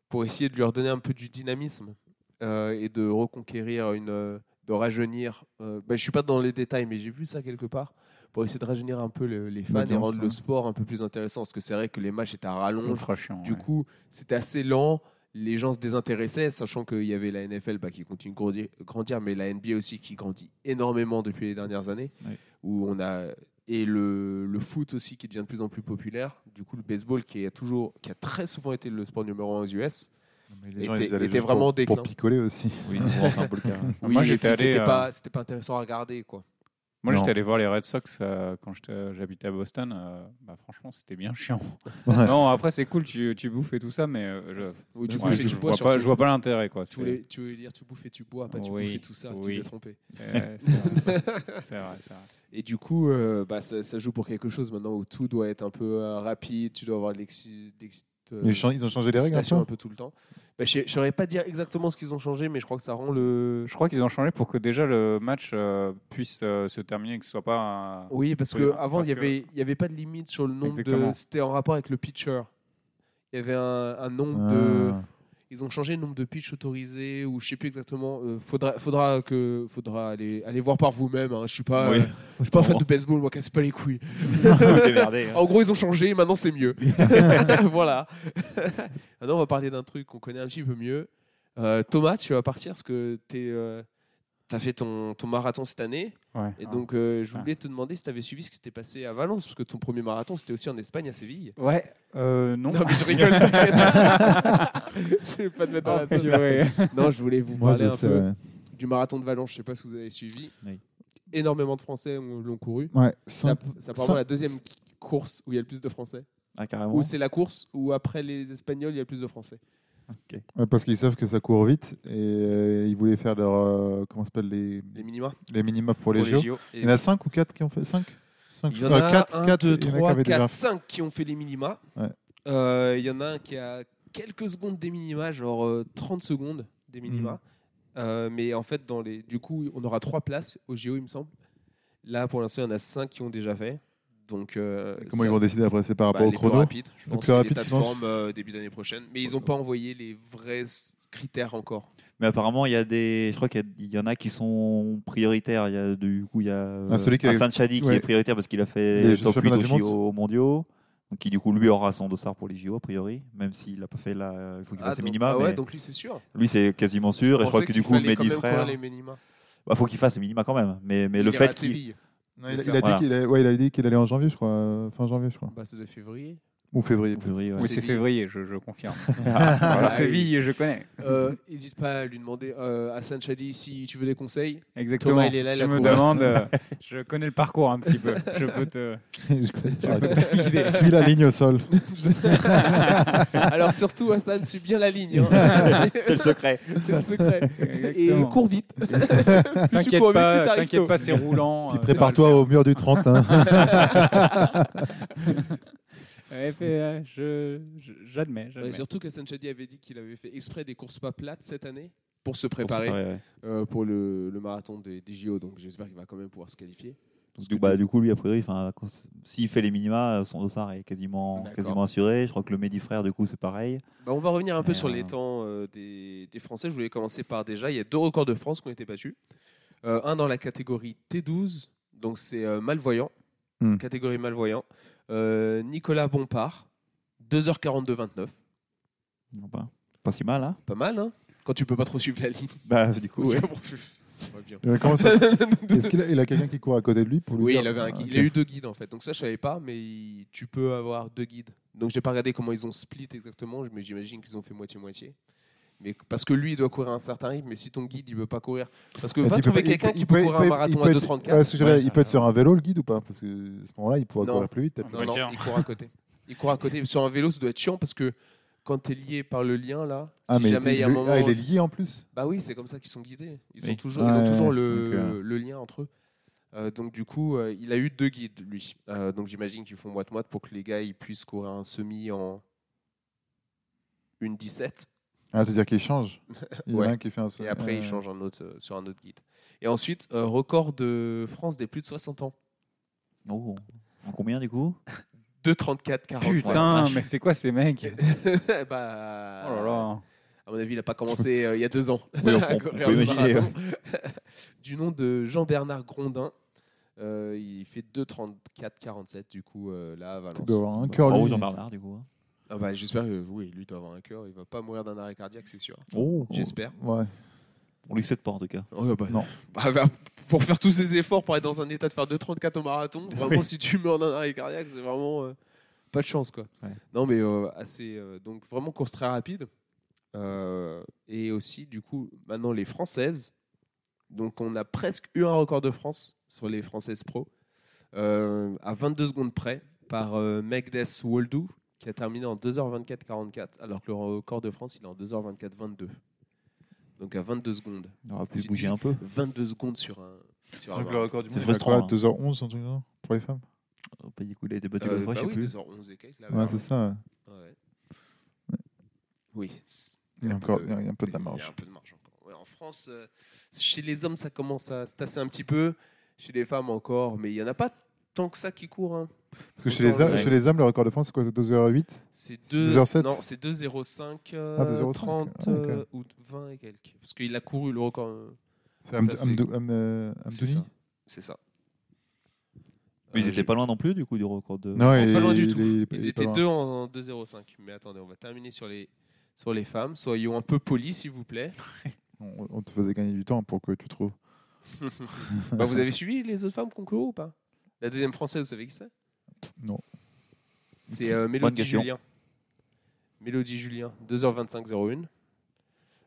pour essayer de lui redonner un peu du dynamisme euh, et de reconquérir, une, euh, de rajeunir. euh, bah, je ne suis pas dans les détails, mais j'ai vu ça quelque part pour essayer de rajeunir un peu le- les fans et
L'ambiance,
rendre le
ouais.
sport un peu plus intéressant. Parce que c'est vrai que les matchs étaient à rallonge.
Ultra chiant.
Mmh. Du coup, c'était assez lent. Les gens se désintéressaient, sachant qu'il y avait la NFL bah, qui continue de grandir, grandir, mais la NBA aussi qui grandit énormément depuis les dernières années.
Oui.
Où on a, et le, le foot aussi qui devient de plus en plus populaire. Du coup, le baseball qui, a toujours, qui a très souvent été le sport numéro un aux US.
Les gens,
Était-
ils allaient
était
juste
vraiment
pour,
déclin.
pour picoler aussi.
Oui, souvent, c'est un peu le cas. hein.
Ah, moi,
et
j'étais
puis,
allé,
C'était
euh,
pas, c'était pas intéressant à regarder. Quoi.
Moi,
Non.
j'étais allé voir les Red Sox euh, quand j'étais- j'habitais à Boston. euh, bah, franchement, c'était bien chiant.
Ouais.
Non, après, c'est cool, tu, tu bouffes et tout ça, mais euh, je,
Ou tu
ouais,
bouffes et
je
tu bois.
vois pas,
surtout.
je vois pas l'intérêt. quoi.
Tu voulais- tu veux dire tu bouffes et tu bois, pas tu
Oui,
bouffes et tout ça.
oui.
Tu t'es trompé.
C'est euh, c'est vrai, c'est vrai. c'est vrai.
Et du coup, euh, bah, ça, ça joue pour quelque chose maintenant où tout doit être un peu euh, rapide, tu dois avoir de l'exi- d'exi- euh,
Ils chan- ils ont changé les règles un
excitation un
peu
peu tout le temps. Bah, je ne saurais pas dire exactement ce qu'ils ont changé, mais je crois que ça rend le.
Je crois qu'ils ont changé pour que déjà le match euh, puisse euh, se terminer, que ce soit pas. un-
Oui, parce
Oui,
que avant
parce
il n'y avait, il y avait pas de limite sur le nombre de.
Exactement.
C'était en rapport avec le pitcher. Il y avait un, un nombre de.
Ah.
Ils ont changé le nombre de pitchs autorisés, ou je sais plus exactement. euh, faudra faudra, que, faudra aller, aller voir par vous-même. hein, Je ne suis pas,
Oui.
euh, je suis pas fan de baseball, moi, casse pas les couilles.
Démerdez, hein.
En gros, ils ont changé, maintenant c'est mieux. voilà. maintenant, on va parler d'un truc qu'on connaît un petit peu mieux. Euh, Thomas, tu vas partir parce que tu as fait ton, ton marathon cette année.
Ouais.
Et donc, euh,
Ah.
je voulais te demander si tu avais suivi ce qui s'était passé à Valence, parce que ton premier marathon, c'était aussi en Espagne, à Séville.
Ouais, euh, non.
Non, Ah, mais je rigole, t'inquiète. je vais pas te mettre dans
Ah,
la sauce.
purée.
Non, je voulais vous
Moi,
parler
je
un
sais.
peu
ouais.
du marathon de Valence. Je sais pas si vous avez suivi.
Oui.
Énormément de Français ont- l'ont couru.
Ouais,
C'est
cinq-
apparemment
cinq-
la deuxième course où il y a le plus de Français.
Ah, carrément.
Ou c'est la course où après les Espagnols, il y a plus de Français.
ouais, parce qu'ils savent que ça court vite et euh, ils voulaient faire leur euh, comment s'appelle les
Les minima
les minima pour les JO.
Et
Il y en a 5 ou 4 qui ont fait 5 5
il y en a 4, 2,
il y en a qui
3,
avaient
4,
déjà
5 qui ont fait les minima.
Ouais.
Euh, il y en a un qui a quelques secondes des minima, genre euh, 30 secondes des minima.
Mhm.
Euh, mais en fait, dans les... du coup, on aura 3 places au JO, il me semble. Là, pour l'instant, il y en a 5 qui ont déjà fait. Donc, euh,
Comment
ça-
ils vont décider après c'est par
bah,
rapport au
les
chrono
plus rapides, je
Les
pense,
plus
et
rapides,
les
tu penses
plateformes euh, début d'année prochaine. Mais ils n'ont pas envoyé les vrais s- critères encore.
Mais apparemment, il y a des. Je crois qu'il y a- il y en a qui sont prioritaires. Il y a du coup, il y a euh,
Ah, celui qui a-
Hassan Chadi qui
ouais.
est prioritaire parce qu'il a fait
Les
le top 8
championnats
aux
du monde.
JO mondiaux. Donc, qui du coup, lui aura son dossard pour les JO a priori, même s'il n'a pas fait la. Il faut qu'il
Ah,
fasse les
donc-
minima.
ah ouais,
mais
donc lui, c'est sûr.
Lui, c'est quasiment sûr. Et je crois
pensais
que du
qu'il
coup,
fallait quand
Mehdi
même courir
Frère.
les minima.
Bah, faut qu'il fasse les minima quand même. Mais, mais le
Il ira à
fait qu'il. Ah.
Séville.
Non, il, a- il a
Voilà.
dit qu'il allait- ouais, il a dit qu'il allait en janvier je crois, euh, fin janvier je crois
Bah, c'est de février.
ou février.
A priori, ouais.
Oui, c'est
Séville.
février, je, je confirme.
Ah,
Voilà,
oui.
Séville, je connais.
N'hésite Euh, pas à lui demander euh, à Sanchadi si tu veux des conseils.
Exactement.
Thomas, il est là, il
je
a
me
couru.
demande, euh, je connais le parcours un petit peu. Je peux te.
Je connais pas.
guider.
Suis la ligne au sol.
Alors surtout, Hassan, suis bien la ligne. hein.
C'est le secret.
c'est le secret.
Exactement.
Et cours vite. tu
T'inquiète
cours vite, plus
pas,
t'arrives
t'inquiète
tôt.
pas, c'est roulant.
Puis
euh, ça va
prépare-toi
le
au mur du 30 hein.
faire. Ouais, fais, euh, je- je- J'admets,
Ouais,
j'admets.
surtout que Sanchadi avait dit qu'il avait fait exprès des courses pas plates cette année pour se
Pour se
préparer
préparer, ouais.
euh, pour le, le marathon des, des JO. Donc j'espère qu'il va quand même pouvoir se qualifier.
Donc, du, bah, du coup, lui, a priori, enfin, quand- s'il fait les minima, son dossard est quasiment,
D'accord.
quasiment assuré. Je crois que le Mehdi frère, du coup, c'est pareil.
Bah, on va revenir un peu
Mais,
sur les
euh,
temps euh, des, des Français. Je voulais commencer par déjà, il y a deux records de France qui ont été battus. Euh, un dans la catégorie T12, donc c'est euh, malvoyant,
Hmm.
catégorie malvoyant. Euh, Nicolas Bompard, 2h42-29.
Non, pas, pas si mal, hein
Pas mal, hein Quand tu peux pas trop suivre la ligne.
Bah, du coup, ouais.
C'est bon.
Euh, comment ça- Est-ce qu'il a, il a quelqu'un qui court à côté de lui pour lui
Oui,
dire-
il, avait un
Ah,
guide.
ok.
il a eu deux guides en fait. Donc ça, je savais pas, mais il- tu peux avoir deux guides. Donc j'ai pas regardé comment ils ont split exactement, mais j'imagine qu'ils ont fait moitié-moitié. Mais parce que lui, il doit courir à un certain rythme, mais si ton guide, il veut pas courir. Parce que
Parce
va
qu'il peut
trouver
pas- il
quelqu'un
peut-
qui
il
peut
peut-
courir
il
un
peut-
marathon
il
à
peut- Ouais,
2,34.
ce que j'allais dire, il peut être
Ouais,
sur un vélo le guide ou pas Parce que à ce moment-là, il pourra
Non.
courir plus vite. peut-être.
Non, non,
voiture.
il court à côté. Il court à côté. Sur un vélo, ça doit être chiant parce que quand tu es lié par le lien, là, si
Ah, mais
jamais il y a un
lui-
moment.
ah, il est lié en plus
Bah oui, c'est comme ça qu'ils sont guidés. Ils, sont
Oui.
toujours, ils
Ouais,
ont toujours
ouais,
le,
donc, euh.
le lien entre eux. Euh, donc du coup, euh, il a eu deux guides, lui. Euh, donc j'imagine qu'ils font moite-moite pour que les gars ils puissent courir un semi en une 17
Ah, tu veux dire qu'il change Il y en
Ouais.
a un qui fait un
et après ils changent un autre, euh, sur un autre guide. Et ensuite, euh, record de France des plus de 60 ans.
Oh. En combien du coup
2,34, 40.
Putain, mais c'est quoi ces mecs
bah,
Oh là là.
À mon avis, il n'a pas commencé euh, il y a deux ans.
Oui, on-
à
on
courir
peut
le
imaginer,
marathon. du nom de Jean-Bernard Grondin. Euh, il fait 2,34-47 du coup euh, là à
Il
Valence.
doit avoir un
Bah, En
cœur
haut
lui.
Jean-Bernard du coup. hein.
Ah bah, J'espère que oui, lui doit avoir un cœur. Il va pas mourir d'un arrêt cardiaque, c'est sûr.
Oh.
J'espère.
Ouais.
On lui souhaite pas en tout cas.
Oh, bah,
Non.
bah, bah, pour faire tous ces efforts, pour être dans un état de faire 2,34 au marathon, vraiment, si tu meurs d'un arrêt cardiaque, c'est vraiment euh, pas de chance. Quoi.
Ouais.
Non, mais euh, assez. euh, donc, vraiment course très rapide. Euh, et aussi, du coup, maintenant, les Françaises. Donc, on a presque eu un record de France sur les Françaises pro, euh, à 22 secondes près, par euh, Megdes Woldou, qui a terminé en 2h24-44, alors que le record de France, il est en 2h24-22. Donc, à 22 secondes.
Il aurait pu
Petit-
bouger un peu.
22 secondes sur un. Sur un
Donc le
marathon.
record du
C'est
monde, il
frustrant,
va quoi, 2h11 un truc comme ça, pour les femmes
Oh, bah, du coup, il a été battu
Euh,
l'autre fois,
bah
je sais
oui,
plus.
2h11 et quelques. Là,
Ouais,
vers-
c'est ça. ouais.
ouais. Oui. c'est-
Il y a
un
encore
peu
il y a un peu de la
Il y a
marge.
un peu de marge encore. Ouais, en France, euh, chez les hommes, ça commence à se tasser un petit peu. Chez les femmes encore, mais il n'y en a pas tant que ça qui court. hein.
Parce que chez les, hommes-
Ouais.
chez les hommes, le record de France, c'est quoi C'est 2h08
C'est
2h07?
2h07 Non, c'est 2h05, euh,
Ah, 2h05,
30
ah, ok.
euh, ou 20 et quelques. Parce qu'il a couru le record. euh,
C'est
Ça, c'est-
Amdou- Amdou- Am- euh,
c'est
Amdouni
ça. C'est ça.
Mais ils
Euh,
étaient pas loin non plus du coup du record de. Ah,
Non,
Ils sont
Ah, il-
pas loin du
il-
tout.
il- il
Ils
est
étaient
pas loin.
deux en 2,05. Mais attendez, on va terminer sur les, sur les femmes. Soyons un peu polis, s'il vous plaît.
On on te faisait gagner du temps pour que tu trouves.
Bah, vous avez suivi les autres femmes concours ou pas La deuxième française, vous savez qui c'est
Non.
C'est euh,
Bonne
Mélodie
question.
Julien. Mélodie Julien, 2h25,01.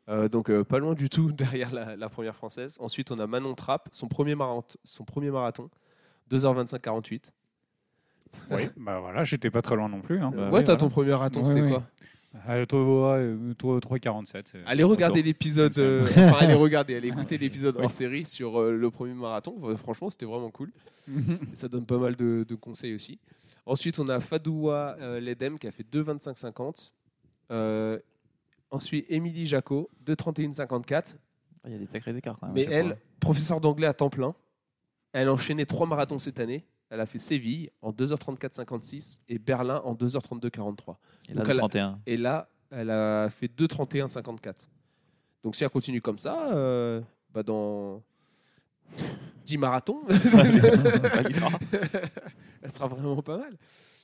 Euh, donc euh, pas loin du tout derrière la, la première française. Ensuite, on a Manon Trapp, son premier, marathon, son premier marathon, 2h25,48.
Oui, bah voilà, j'étais pas très loin non plus. Hein.
Bah
ouais,
oui,
toi,
voilà.
ton premier marathon,
Ouais,
c'était
ouais.
quoi
Ah, toi, ouais, toi, 3,47. c'est-
Allez regarder
Autant.
l'épisode,
Comme ça.
euh, enfin allez regarder, allez écouter
Ouais.
l'épisode
Oui.
hors série sur euh, le premier marathon. Euh, Franchement, c'était vraiment cool. Et ça donne pas mal de, de conseils aussi. Ensuite, on a Fadoua euh, Ledem qui a fait 2,25,50. Euh, ensuite, Émilie Jacot, 2,31,54.
Il y a des sacrés écarts
Ah
quand même.
Mais
à chaque
hein.
elle, professeure d'anglais à temps plein, elle a enchaîné trois marathons cette année. Elle a fait Séville en 2h34,56 et Berlin en 2h32,43.
fois. Et là,
donc
le
elle a-
31.
Et là, elle a fait 2,31,54. Donc si elle continue comme ça, euh, bah dans 10 marathons,
Ah, Il sera.
elle sera vraiment pas mal.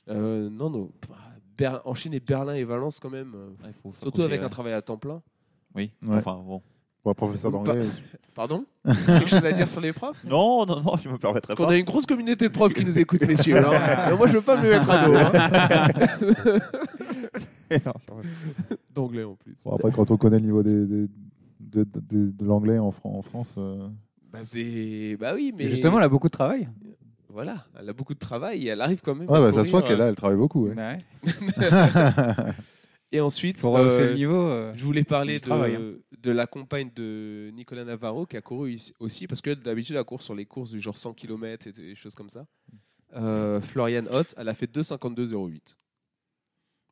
Euh, non, non. bah, Ber- enchaîner Berlin et Valence quand même, euh,
Ouais, il faut se
surtout avec
considérer.
un travail à temps plein.
Oui.
Ouais.
Enfin bon.
Pour un professeur
Ou
d'anglais.
Pardon Quelque chose à dire sur les profs
Non, non, non, je me permettrai
Parce
pas.
qu'on a une grosse communauté de profs qui nous écoutent, messieurs. hein. Mais moi, je veux pas me mettre à dos. hein. D'anglais en plus.
Bon, après, quand on connaît le niveau des- des- de, de- de- de l'anglais en, Fran- en France, euh,
Bah, c'est- bah oui, mais
Justement, elle a beaucoup de travail.
voilà, elle a beaucoup de travail et elle arrive quand même.
ouais,
à
bah, ça se
courir,
voit
euh,
qu'elle a- elle travaille beaucoup. ouais.
Bah ouais.
Et ensuite,
Pour rehausser
euh,
le niveau. euh,
je voulais parler
du travail, hein.
de, de la compagne de Nicolas Navarro qui a couru ici- aussi, parce que d'habitude, elle court sur les courses du genre 100 km et des choses comme ça. Euh, Florian Hott, elle a fait 2,52,08.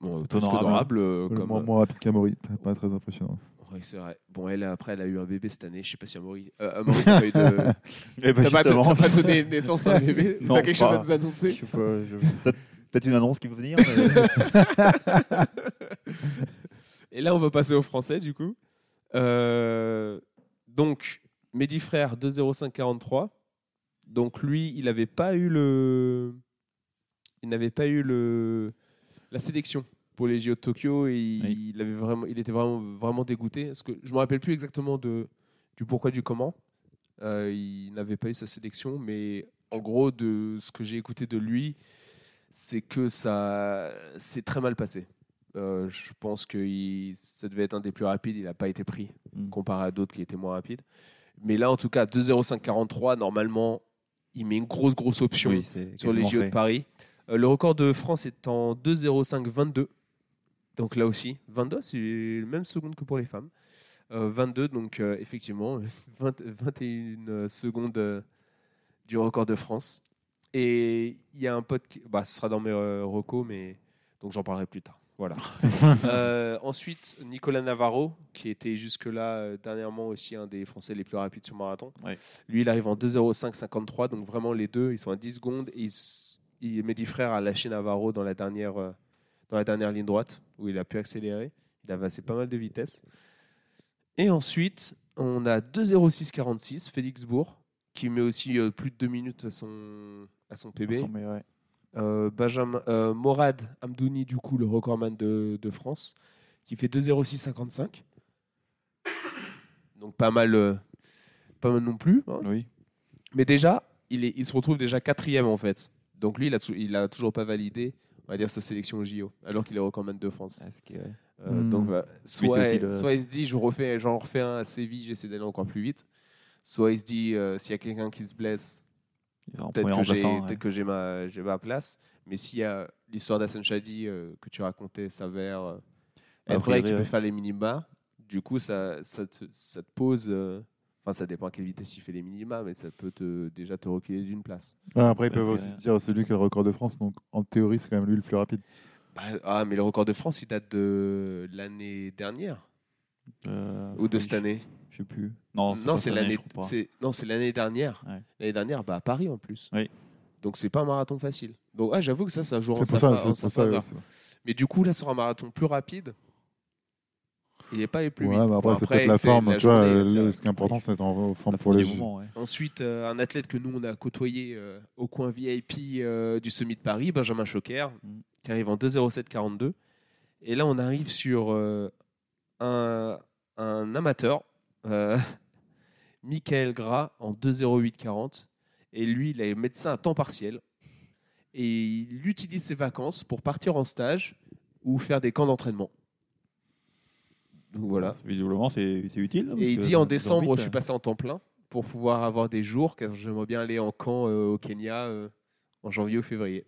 Bon,
C'est
plus
honorable,
qu'honorable, euh,
Le
comme,
moins, moins rapide qu'Amaury, pas- pas très impressionnant.
Oui, c'est vrai. Bon, elle, après, elle a eu un bébé cette année. Je sais pas si Amaury. Euh, Amaury, t'as pas, eu de...
Eh ben,
t'as pas,
justement.
t'as pas donné naissance à un bébé
Non,
T'as quelque chose
pas.
à nous annoncer
Je sais pas, je- peut-être peut-être une annonce qui va venir. mais-
Et là, on va passer au français, du coup. Euh, Donc, Mehdi Frère, 2,0543. Donc, lui, il n'avait pas eu le. Il n'avait pas eu le. La sélection pour les JO de Tokyo et il,
Oui.
il avait vraiment, il était vraiment, vraiment dégoûté. Parce que je me rappelle plus exactement de, du pourquoi, du comment. Euh, il n'avait pas eu sa sélection, mais en gros, de ce que j'ai écouté de lui, c'est que ça s'est très mal passé. Euh, je pense que il- ça devait être un des plus rapides, il n'a pas été pris
Mm.
comparé à d'autres qui étaient moins rapides. Mais là, en tout cas, 2,0543, normalement, il met une grosse, grosse option
Oui, c'est
sur les
quasiment
JO de
fait.
Paris. Euh, le record de France est en 2,0522. Donc là aussi, 22, c'est le même seconde que pour les femmes. Euh, 22, donc euh, effectivement, 20 21 euh, secondes euh, du record de France. Et il y a un pote qui. Bah, ce sera dans mes euh, recos, mais. Donc j'en parlerai plus tard. Voilà. Euh, ensuite, Nicolas Navarro, qui était jusque-là, euh, dernièrement aussi un des Français les plus rapides sur marathon.
Ouais.
Lui, il arrive en 2,0553. Donc vraiment, les deux, ils sont à 10 secondes. Et ils s- il- Mehdi Frère a lâché Navarro dans la dernière, euh, dans la dernière ligne droite, où il a pu accélérer. Il avait assez pas mal de vitesse. Et ensuite, on a 2,0646, Félix Bourg, qui met aussi euh, plus de 2 minutes à son, à son PB.
Ensemble, mais ouais.
Euh, Benjamin, euh, Morad Amdouni, du coup, le recordman de, de France, qui fait 2,0655. Donc pas mal, euh, pas mal non plus. hein.
Oui.
Mais déjà, il, est, il se retrouve déjà quatrième en fait. Donc lui, il a, tou- il a toujours pas validé, on va dire, sa sélection au JO, alors qu'il est recordman de France.
Ah, ce qui est- ouais.
Euh,
Hmm.
Donc voilà.
Oui, c'est
soit,
aussi le-
soit il se dit, je refais, j'en refais un à Séville, j'essaie d'aller encore plus vite. Soit il se dit, euh, s'il y a quelqu'un qui se blesse,
Ils ont un
peut-être
premier
que j'ai
remplaçant,
peut-être
ouais.
que j'ai ma j'ai ma place mais s'il y a l'histoire d'Hassan Shadi euh, que tu racontais s'avère euh,
Bah, a
être vrai
priori,
qui peut
ouais.
faire les minima du coup ça ça te, ça te pose euh, enfin ça dépend à quelle vitesse il fait les minima mais ça peut te déjà te reculer d'une place
Ouais, après, ils
Ouais,
peuvent
puis,
aussi
euh,
se dire c'est lui qui a le record de France, donc en théorie, c'est quand même lui le plus rapide.
Bah, ah mais le record de France il date de l'année dernière
Euh,
ou de
je-
cette année
Je sais plus. Non,
non c'est l'année
C'est
c'est non c'est l'année dernière
Ouais.
l'année dernière bah à Paris en plus
Oui.
donc c'est pas un marathon facile donc ah, j'avoue que ça ça joue en
C'est pour
sa
ça,
fa- en
c'est
sa
pour ça.
faveur.
ouais, c'est-
Mais du coup, là, sur un marathon plus rapide, il n'est pas les plus
Ouais,
vite.
mais
Bon,
après, c'est peut-être la
c'est
forme. Tu vois,
journée,
euh,
c'est
le-
vrai.
ce qui est important, c'est d'être en en forme
pas
pour les jeux.
moments, ouais.
Ensuite, euh, un athlète que nous, on a côtoyé euh, au coin VIP euh, du Sommet de Paris, Benjamin Choquer,
Mm.
qui arrive en 2,07,42. Et là, on arrive sur euh, un, un amateur, euh, Michael Gras, en 2,08,40. Et lui, il est médecin à temps partiel. Et il utilise ses vacances pour partir en stage ou faire des camps d'entraînement. Donc voilà.
Visiblement, c'est c'est utile.
Et il dit en décembre, je suis
pas
passé en temps plein pour pouvoir avoir des jours, car j'aimerais bien aller en camp euh, au Kenya euh, en janvier ou février.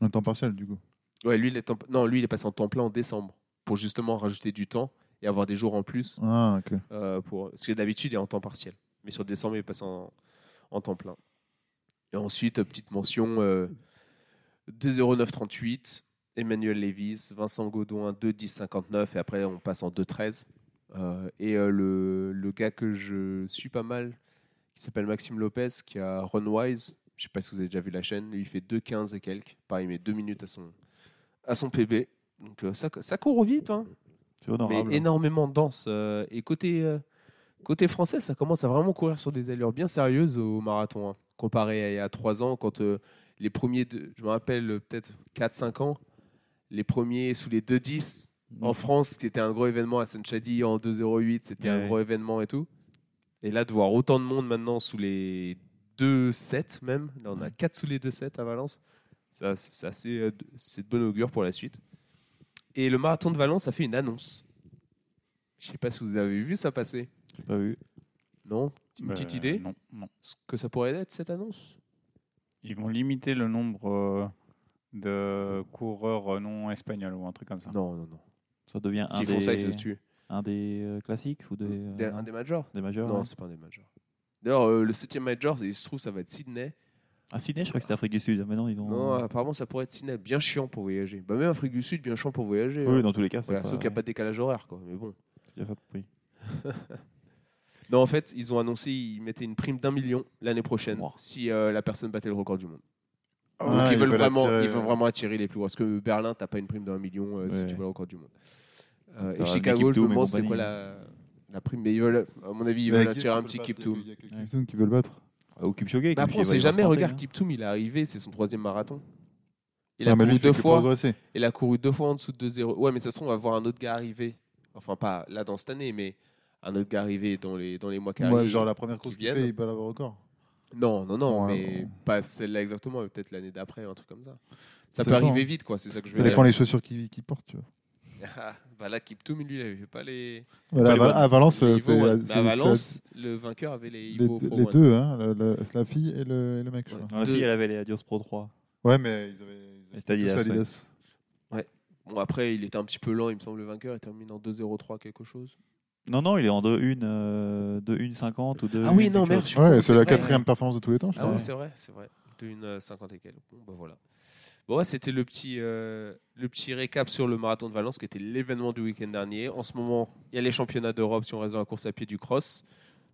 En temps partiel, du coup.
Ouais, lui il, est temps- non, lui, il est passé en temps plein en décembre pour justement rajouter du temps et avoir des jours en plus.
Ah, ok.
euh, pour... Parce que d'habitude, il est en temps partiel. Mais sur décembre, il est passé en, en temps plein. Et ensuite, euh, petite mention euh, 2,0938, Emmanuel Lévis, Vincent Godouin, 2,1059, et après on passe en 2,13. Euh, et euh, le, le gars que je suis pas mal, qui s'appelle Maxime Lopez, qui a Runwise, je sais pas si vous avez déjà vu la chaîne, lui il fait 2,15 et quelques. Pareil, il met 2 minutes à son, à son PB. Donc euh, ça, ça court vite, hein
C'est honorable.
mais énormément dense. euh, et côté, euh, côté français, ça commence à vraiment courir sur des allures bien sérieuses au marathon, hein, comparé à il y a 3 ans, quand euh, les premiers, de- je me rappelle euh, peut-être 4-5 ans, les premiers sous les 2-10
Mhm.
en France, qui était un gros événement à Sanchadi en 2-0-8, c'était un
Ouais.
gros événement et tout. Et là, de voir autant de monde maintenant sous les 2-7 même, là on a 4 sous les 2-7 à Valence, ça, c'est c'est assez, euh, de- c'est de bon augure pour la suite. Et le marathon de Valence a fait une annonce. Je sais pas si vous avez vu ça passer.
J'ai pas vu.
Non
Bah,
Une petite
Euh,
idée
Non, non.
Ce que ça pourrait être cette annonce
Ils vont limiter le nombre euh, de coureurs euh, non espagnols ou un truc comme ça.
Non, non, non.
Ça devient un
S'ils font ça, ils se
des,
tuent.
un des euh, classiques ou des,
Des-
euh,
Un des majors
des majeurs
Non,
ouais.
c'est pas un des majors. D'ailleurs, euh, le 7 major, il se trouve, ça va être Sydney.
Ah, Sydney, je crois que c'était Afrique du Sud. Maintenant, ils ont.
Non, apparemment, ça pourrait être Sydney. Bien chiant pour voyager. Bah, même Afrique du Sud, bien chiant pour voyager. hein.
Oui, dans tous les cas, c'est
Voilà,
pas...
sauf qu'il n'y a pas de décalage horaire, quoi. Mais bon.
c'est déjà ça de prix.
Non, en fait, ils ont annoncé ils mettaient une prime d'un million l'année prochaine
Wow.
si euh, la personne battait le record du monde. Donc
Ah,
ils,
ils
veulent
veulent
vraiment,
attirer,
ils veulent
ouais.
vraiment attirer les plus gros. Parce que Berlin, t'as pas une prime d'un million euh, si
Ouais.
tu veux le record du monde. Euh,
Ça
et
va,
Chicago,
l'équipe
je me
Doom et
demande c'est quoi
compagnie.
la, la prime. Mais ils veulent, à mon avis, ils veulent attirer un petit Kiptoum.
Il y a que Kiptoum qui veut le battre.
Au Kipchoge.
Mais Bah, après, on sait jamais. Regarde, Kiptoum, il est arrivé, c'est son troisième marathon. Il a
Non, mais
couru
lui, il fait
deux
que
fois.
progresser.
Il a couru deux fois en dessous de 2-0. Ouais, mais ça se trouve, on va voir un autre gars arriver. Enfin, pas là dans cette année, mais un autre gars arriver dans les, dans les mois qui
Moi,
arrivent.
genre la première course
qui
qu'il fait,
viennent.
il peut l'avoir encore.
Non, non, non,
Ouais,
mais
bon.
pas celle-là exactement, mais peut-être l'année d'après, un truc comme ça. Ça
Ça
peut
dépend.
arriver vite, quoi, c'est ça que je
Ça
veux
dépend
dire.
les chaussures qu'il qu'il porte. Tu vois.
Ah, bah là, Kiptoum, lui, il avait pas les.
les
Voilà, à Val-
bonnes.
à Valence,
les
euh,
Ivo,
c'est
ouais.
la-
Bah,
c'est-
à
c'est-
Valence, le vainqueur avait les
les,
Ivo Pro
les
One.
deux, hein, la, la- la fille et le, et le mec. je
Ouais.
crois.
Non, la
Deux.
fille, elle avait les Adios Pro 3.
Ouais, mais ils avaient,
Et
ils avaient
c'était
tous
Adidas, ouais.
Adidas.
Bon, après, il était un petit peu lent, il me semble, le vainqueur, il termine en 2-0-3, quelque chose.
Non, non, il est en 2-1, euh, 2-1-50 ou 2
Ah oui, non, merde, je suis con,
Ouais, c'est la
vrai.
quatrième performance de tous les temps. je
Ah
crois.
oui, c'est vrai, c'est vrai. De une euh, cinquante et quelques. Bon, bah voilà. Bon, ouais, c'était le petit, euh, le petit récap sur le marathon de Valence, qui était l'événement du week-end dernier. En ce moment, il y a les championnats d'Europe si on reste dans la course à pied du cross.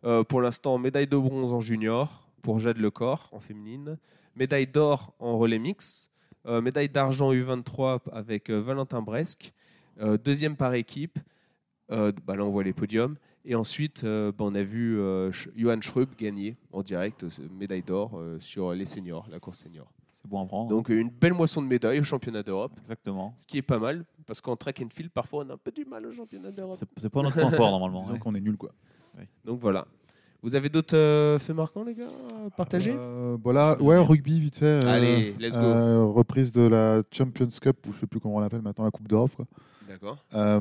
Euh, pour l'instant, médaille de bronze en junior pour Jade Lecor en féminine, médaille d'or en relais mix, Euh, médaille d'argent U23 avec euh, Valentin Bresque, Euh, deuxième par équipe. Euh, bah là, on voit les podiums. Et ensuite, euh, bah, on a vu euh, Sch- Johan Schrupp gagner en direct, euh, médaille d'or euh, sur les seniors, la course senior.
C'est bon à prendre.
Donc euh, une belle moisson de médailles au championnat d'Europe,
Exactement.
ce qui est pas mal, parce qu'en track and field, parfois, on a un peu du mal au championnat d'Europe.
C'est c'est pas notre point fort normalement.
Disons
ouais.
qu'on est nul, quoi.
Donc voilà. Vous avez d'autres euh, faits marquants, les gars, à partager
Euh, Voilà, ouais, rugby, vite fait. euh,
Allez, let's go.
euh, reprise de la Champions Cup, ou je sais plus comment on l'appelle maintenant, la Coupe d'Europe. quoi.
D'accord.
Euh,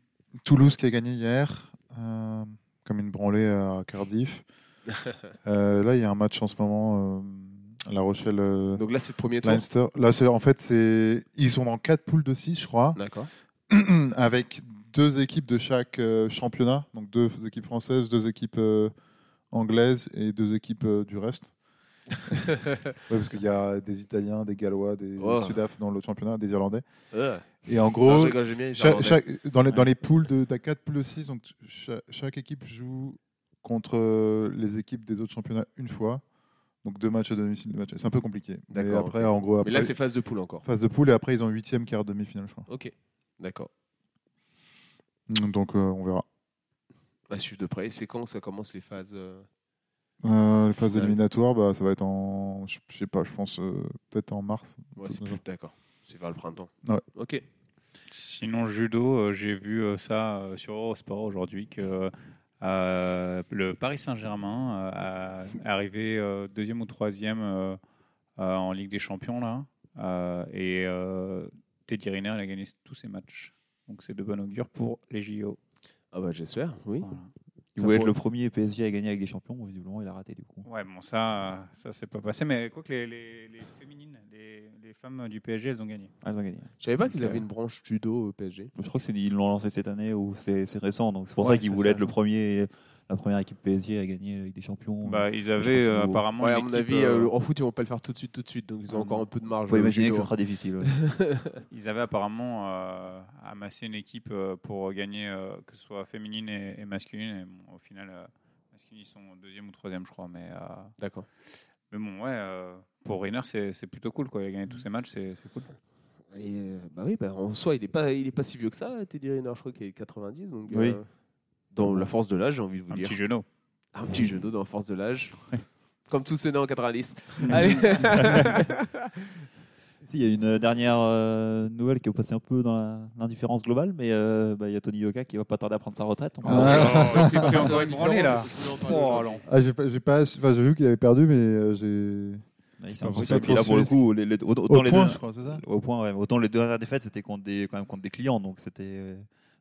Toulouse qui a gagné hier, euh, comme une branlée à Cardiff. Euh, là, il y a un match en ce moment, euh, La Rochelle. euh,
Donc là, c'est le premier tour.
Leinster. Là, c'est- en fait, c'est ils sont dans quatre poules de 6, je crois,
D'accord.
avec deux équipes de chaque euh, championnat, donc deux équipes françaises, deux équipes euh, anglaises et deux équipes euh, du reste. Ouais, parce qu'il y a des Italiens, des Gallois, des
Oh.
Sudaf dans l'autre championnat, des Irlandais.
Euh,
Et en
non, je
gros,
rigole, j'aime bien les
cha-
Irlandais.
chaque- dans, les, dans les poules de t'as quatre poules de 6, donc tu- cha- chaque, équipe joue contre euh, les équipes des autres championnats une fois. Donc deux matchs à domicile, deux matchs. C'est un peu compliqué. Mais
D'accord,
après,
ok.
en gros,
Mais
après,
là, c'est phase de poule encore.
phase de poule et après ils ont huitième quart de demi-finale, je crois.
Ok. D'accord.
Donc euh, on verra.
À suivre de près. Et C'est quand ça commence les phases euh,
Euh, les phases
Finale.
éliminatoires, bah, ça va être en, je je sais pas, je pense euh, peut-être en mars.
ouais, c'est plus- D'accord. C'est vers le printemps.
Ouais.
Ok.
Sinon, judo, euh, j'ai vu euh, ça euh, sur Eurosport aujourd'hui que euh, le Paris Saint-Germain euh, a- est arrivé euh, deuxième ou troisième euh, euh, en Ligue des Champions là, Euh, et euh, Teddy Riner il a gagné tous ses matchs. Donc c'est de bon augure pour les JO.
Ah bah j'espère, oui.
Voilà.
Il
Ça
voulait être
pourrait-
le premier PSG à gagner avec des champions, mais visiblement il a raté du coup.
Ouais, bon ça, euh, ça s'est pas passé, mais quoi que les, les- les féminines, les, les femmes du PSG, elles ont gagné.
Ah, ils ont gagné.
Je savais pas qu'ils
C'est-
avaient une branche judo euh, au PSG.
Je crois que c'est ils l'ont lancé cette année ou c'est c'est récent, donc c'est pour
Ouais,
ça qu'ils
c'est
voulaient
ça,
être le premier, la première équipe PSG à gagner avec des champions.
Bah, ils
pense que
avaient
c'est
euh,
nouveau.
apparemment.
Ouais, à
une
mon
équipe,
avis,
euh,
euh, en foot, ils vont pas le faire tout de suite, tout de suite. Donc ils ont
Ah,
encore
non.
un peu de marge.
on peut
euh,
imaginer que
judo.
ce sera difficile. ouais.
Ils avaient apparemment euh, amassé une équipe euh, pour gagner, euh, que ce soit féminine et, et masculine. Et bon, au final, euh, masculine, ils sont deuxième ou troisième, je crois. Mais, euh,
hein. D'accord.
mais bon, ouais, euh, pour Rainer, c'est c'est plutôt cool. Quoi. Il a gagné tous ses matchs, c'est c'est cool.
Et euh, bah oui, bah, en soi, il est pas, il est pas si vieux que ça. Teddy Riner, je crois qu'il est 90, donc.
Oui.
euh, dans la force de l'âge, j'ai envie de vous
Un
dire.
petit genou.
Un petit jeu d'eau dans la force de l'âge.
Ouais.
Comme tous ceux nés en 90. Allez.
Si, il y a une dernière euh, nouvelle qui est passée un peu dans la- l'indifférence globale, mais euh, bah, il y a Tony Yoka qui va pas tarder à prendre sa retraite. On
Ah.
Oh,
va-
c'est pas encore une branlée, là. Oh, non.
Ah, j'ai pas, j'ai pas, enfin, j'ai vu qu'il avait perdu, mais euh, j'ai
Ouais,
C'est
c'est
pas
impossible. Et
possible.
là, pour le coup, les- les- autant
au
les
point,
deux,
je crois, c'est ça.
au point, ouais. autant les deux dernières défaites, c'était contre des, quand même contre des clients, donc c'était, euh,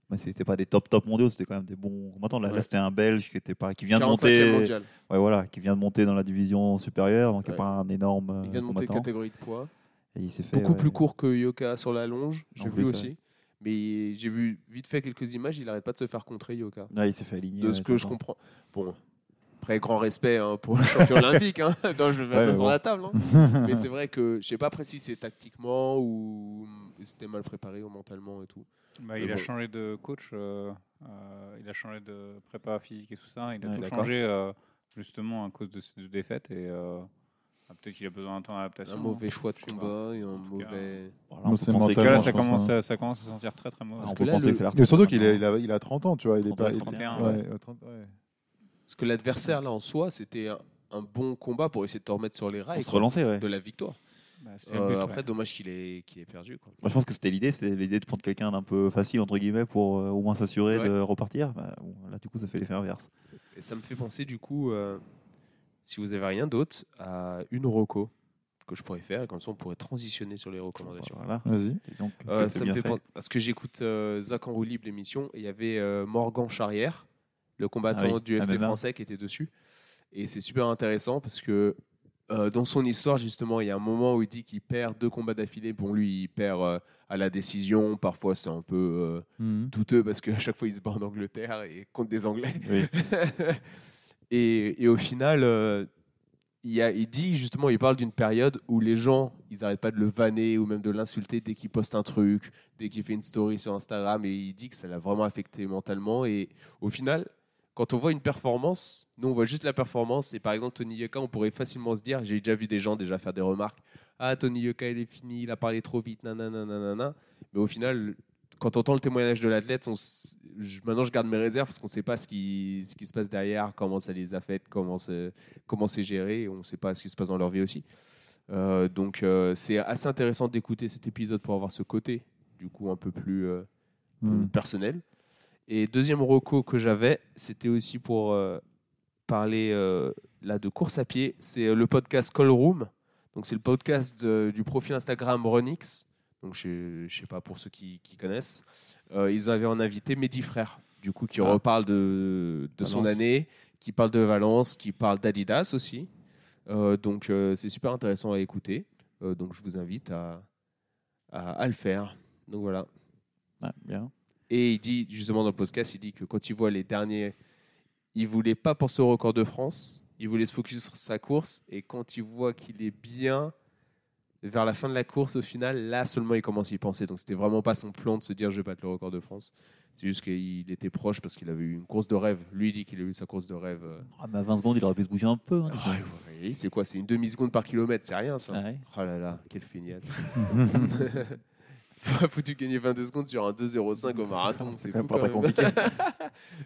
bah, c'était pas des top top mondiaux, c'était quand même des bons combattants. Là,
Ouais.
là, c'était un Belge qui était pas, qui vient de
45e
monter,
mondial.
ouais, voilà, qui vient de monter dans la division supérieure, donc il
Ouais.
n'est pas un énorme euh,
Il vient de monter de
combattant.
catégorie de poids.
Et il s'est fait
Beaucoup
ouais.
plus court que Yoka sur la longe, j'ai
En
vu
plus, ouais.
aussi. Mais j'ai vu vite fait quelques images, il arrête pas de se faire contrer Yoka.
Ouais, il s'est fait aligner.
de ce
ouais,
que je
d'accord.
comprends. Bon, après, grand respect hein, pour le champion olympique. Hein. Non, je vais mettre
Ouais,
ça
mais
sur
bon.
la table. hein. mais c'est vrai que je sais pas après si c'est tactiquement ou c'était mal préparé ou mentalement et tout.
Bah,
Mais
il a
bon.
changé de coach, euh, euh, il a changé de prépa physique et tout ça. Il a
Ouais,
tout
d'accord.
changé euh, justement à cause de ces deux défaites. Et euh, ah, peut-être qu'il a besoin d'un temps
Un
d'adaptation.
mauvais choix de
je sais
combat et un
En tout cas,
mauvais.
Voilà, on peut
C'est
penser
Parce que là,
mentalement,
que-
ça
je pense,
commence,
hein.
à, ça commence à sentir très très mauvais.
on
Parce
peut
que là,
penser
le-
que c'est la
Mais
retraite,
surtout qu'il
maintenant.
a, il a, il a 30 ans, tu vois, il est pas. il-
31,
ouais, euh, 30, ouais.
Parce que l'adversaire, là, en soi, c'était un, un bon combat pour essayer de te remettre sur les rails
Pour se
quoi,
relancer, ouais.
de la victoire.
Bah, c'est le
Euh,
but, ouais.
après, dommage qu'il ait, qu'il ait perdu. Quoi.
Moi, je pense que c'était l'idée, c'était l'idée de prendre quelqu'un d'un peu facile, entre guillemets, pour euh, au moins s'assurer
Ouais.
de repartir. Bah, bon, là, du coup, ça fait l'effet inverse.
Et ça me fait penser, du coup, euh, si vous avez rien d'autre, à une roco que je pourrais faire. Et comme ça, on pourrait transitionner sur les recommandations.
Voilà.
Vas-y.
Et donc,
Euh,
c'est
ça me
bien
fait
fait.
penser- parce que j'écoute euh, Zach en roue libre l'émission et il y avait euh, Morgan Charrière, le combattant
Ah oui,
du FC
MMA.
français qui était dessus. Et c'est super intéressant parce que euh, dans son histoire, justement, il y a un moment où il dit qu'il perd deux combats d'affilée. Bon, lui, il perd euh, à la décision. Parfois, c'est un peu euh,
Hmm.
douteux parce qu'à chaque fois, il se bat en Angleterre et contre des Anglais.
Oui.
et, et au final, euh, il, y a- il dit justement, il parle d'une période où les gens, ils n'arrêtent pas de le vanner ou même de l'insulter dès qu'il poste un truc, dès qu'il fait une story sur Instagram. Et il dit que ça l'a vraiment affecté mentalement. Et au final, quand on voit une performance, nous on voit juste la performance. Et par exemple, Tony Yoka, on pourrait facilement se dire, j'ai déjà vu des gens déjà faire des remarques. Ah, Tony Yoka, il est fini, il a parlé trop vite, nanana, nanana. Mais au final, quand on entend le témoignage de l'athlète, on s- je- maintenant je garde mes réserves parce qu'on ne sait pas ce qui, ce qui se passe derrière, comment ça les affecte, comment c'est comment c'est géré, et on ne sait pas ce qui se passe dans leur vie aussi. Euh, donc euh, c'est assez intéressant d'écouter cet épisode pour avoir ce côté, du coup un peu plus euh,
Hmm.
plus
Mm.
personnel. Et deuxième reco que j'avais, c'était aussi pour euh, parler euh, là de course à pied, c'est euh, le podcast Call Room. Donc c'est le podcast de- du profil Instagram Ronix. Donc je, je sais pas pour ceux qui, qui connaissent, Euh, ils avaient en invité Mehdi Frère, du coup qui
Ah.
reparle de, de son
Valence.
année, qui parle de Valence, qui parle d'Adidas aussi. Euh, donc euh, c'est super intéressant à écouter. Euh, donc je vous invite à- à- à le faire. Donc voilà.
Ah, bien.
Et il dit, justement, dans le podcast, il dit que quand il voit les derniers, il voulait pas penser au record de France, il voulait se focus sur sa course, et quand il voit qu'il est bien vers la fin de la course, au final, là seulement il commence à y penser. Donc c'était vraiment pas son plan de se dire je vais battre le record de France. C'est juste qu'il était proche parce qu'il avait eu une course de rêve. Lui il dit qu'il a eu sa course de rêve. euh,
Ah, bah, 20 secondes, il aurait pu se bouger un peu. hein.
ah ouais, c'est quoi C'est une demi-seconde par kilomètre, c'est rien ça.
Ouais.
Oh là là, quelle feignasse. Faut- Faut-tu gagner 22 secondes sur un 2,05 au marathon C'est
Ah, quand même
fou
pas
quand
très compliqué.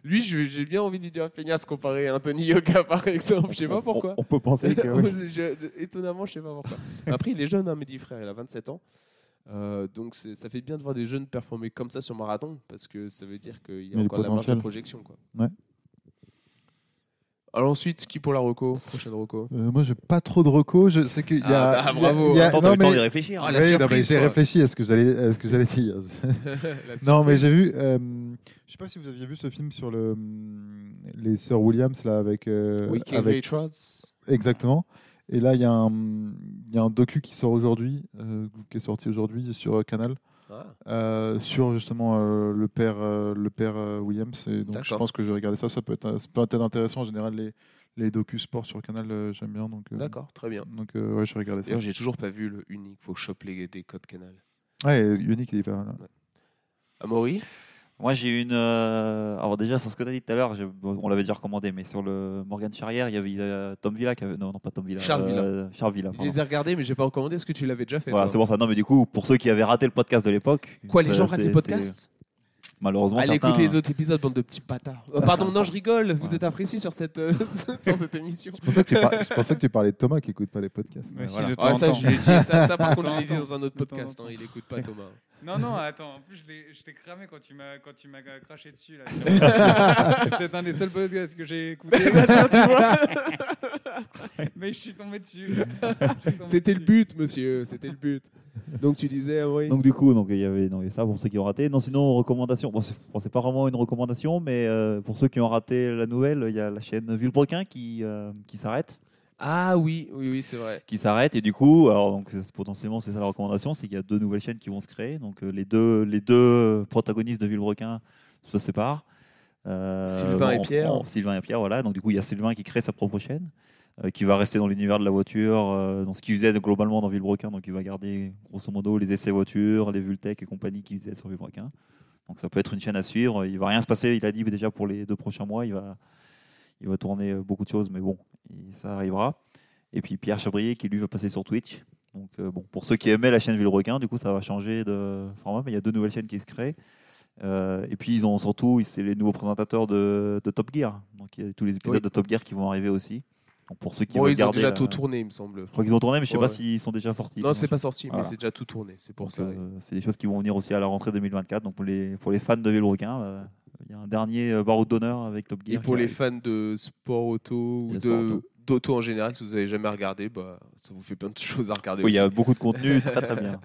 Lui, je- j'ai bien envie de lui dire feignasse comparé à Anthony Yoka par exemple. Je sais pas pourquoi.
On, on peut penser que. oui.
Je- étonnamment, je sais pas pourquoi. Après, il est jeune, hein, Mehdi Frère, il a 27 ans. Euh, donc c'est- ça fait bien de voir des jeunes performer comme ça sur marathon parce que ça veut dire qu'il y
y a
a
du
encore de la marge de
potentiel.
projection. Quoi.
Ouais.
Alors ensuite, qui pour la Roco Prochaine Roco
Euh, moi, j'ai pas trop de recos. Je sais qu'il y a.
Ah bah,
il y a-
bravo.
il y a-
Attends, t'as
non,
eu le temps
mais-
d'y réfléchir. hein.
Ah,
Oui,
la
non, mais
surprise,
j'ai
quoi.
réfléchi à ce que j'allais, à ce que j'allais dire. non, mais j'ai vu. euh, je sais pas si vous aviez vu ce film sur le, hum, les sœurs Williams là avec. euh,
Wiki
avec-
Richards
exactement. Et là, il y a un, il y a un docu qui sort aujourd'hui, euh, qui est sorti aujourd'hui sur euh, Canal,
Ah,
euh, sur justement euh, le père, euh, le père euh, Williams. Et donc, je
D'accord.
pense que je vais regarder ça. Ça peut être, ça peut être intéressant. En général, les, les docu sport sur Canal, euh, j'aime bien. Donc, euh,
D'accord, très bien.
Donc, euh, ouais, je vais regarder ça.
D'ailleurs, j'ai toujours pas vu le unique. Faut choper des codes canal.
Ouais, et Yannick, il est pas mal. hein.
Amaury
Moi, j'ai une. euh, Alors, déjà, sur ce que tu as dit tout à l'heure, j'ai- bon, on l'avait déjà recommandé, mais sur le Morgan Charrière, il y avait euh, Tom Villa qui avait. Non, non, pas Tom Villa.
Charles Villa.
euh, Charles Villa,
Je
pardon.
les ai regardés, mais j'ai pas recommandé. Est-ce que tu l'avais déjà
Bah,
fait
Voilà,
toi
c'est bon ça. Non, mais du coup, pour ceux qui avaient raté le podcast de l'époque.
Quoi, les
ça,
gens ratent
c'est-
les podcasts
c'est- Malheureusement,
Allez
certains- hein.
écouter les autres épisodes, bande de petits bâtards. Euh, pardon, non, je rigole. Vous êtes appréciés sur cette, euh, sur cette émission.
C'est pour ça que tu par- c'est pour ça que tu parlais de Thomas qui écoute pas les podcasts.
Mais si,
voilà.
de temps
Ah,
en
ça,
temps.
je l'ai dit. Ça, ça, par contre, je
Attends,
l'ai dit dans un autre
attends.
podcast. hein, il écoute pas Thomas.
Non, non, attends. En plus, je l'ai- je t'ai cramé quand tu m'as quand tu m'as craché dessus. là. C'est peut-être un des seuls podcasts que j'ai écouté. Mais je suis tombé dessus. Je suis tombé
C'était le
dessus.
but, monsieur. C'était le but. Donc tu disais, Amaury
Donc, du coup, donc, il y avait non, il y a ça pour ceux qui ont raté. Non, sinon, recommandation. Bon, c'est bon, c'est pas vraiment une recommandation, mais euh, pour ceux qui ont raté la nouvelle, il y a la chaîne Vulbrequin qui, euh, qui s'arrête.
Ah oui, oui, oui, c'est vrai.
qui s'arrête et du coup alors donc c'est- potentiellement c'est ça la recommandation c'est qu'il y a deux nouvelles chaînes qui vont se créer donc euh, les deux les deux protagonistes de Villebrequin se séparent Euh,
Sylvain et
on-
Pierre.
on- Sylvain et Pierre voilà donc du coup il y a Sylvain qui crée sa propre chaîne euh, qui va rester dans l'univers de la voiture euh, dans ce qu'il faisait globalement dans Villebrequin donc il va garder grosso modo les essais voitures les Vultec et compagnie qu'il faisait sur Villebrequin donc ça peut être une chaîne à suivre il va rien se passer il a dit déjà pour les deux prochains mois il va il va tourner euh, beaucoup de choses mais bon il- ça arrivera et puis Pierre Chabrier qui lui va passer sur Twitch. Donc euh, bon, pour ceux qui aimaient la chaîne Villerequin, du coup ça va changer de format, mais il y a deux nouvelles chaînes qui se créent. Euh, et puis ils ont surtout, c'est les nouveaux présentateurs de, de Top Gear. Donc il y a tous les épisodes
Oui.
de Top Gear qui vont arriver aussi. Donc, pour ceux qui
Bon,
ont
ils ont
regardé,
déjà
là,
tout tourné, il me semble.
Je crois qu'ils ont tourné, mais je sais
Ouais,
pas
ouais.
s'ils sont déjà sortis.
Non,
Donc,
c'est pas sorti, mais
Voilà.
c'est déjà tout tourné. C'est pour
donc,
ça.
euh, c'est des choses qui vont venir aussi à la rentrée 2024. Donc pour les, pour les fans de Vélo Requin, euh, il y a un dernier euh, barreau d'honneur avec Top Gear.
Et pour
qui
les
arrive.
fans de sport auto
Et
ou
de sport
de-
auto.
d'auto en général, si vous avez jamais regardé, bah, ça vous fait plein de choses à regarder
Oui, il y
aussi.
a beaucoup de contenu, très très bien.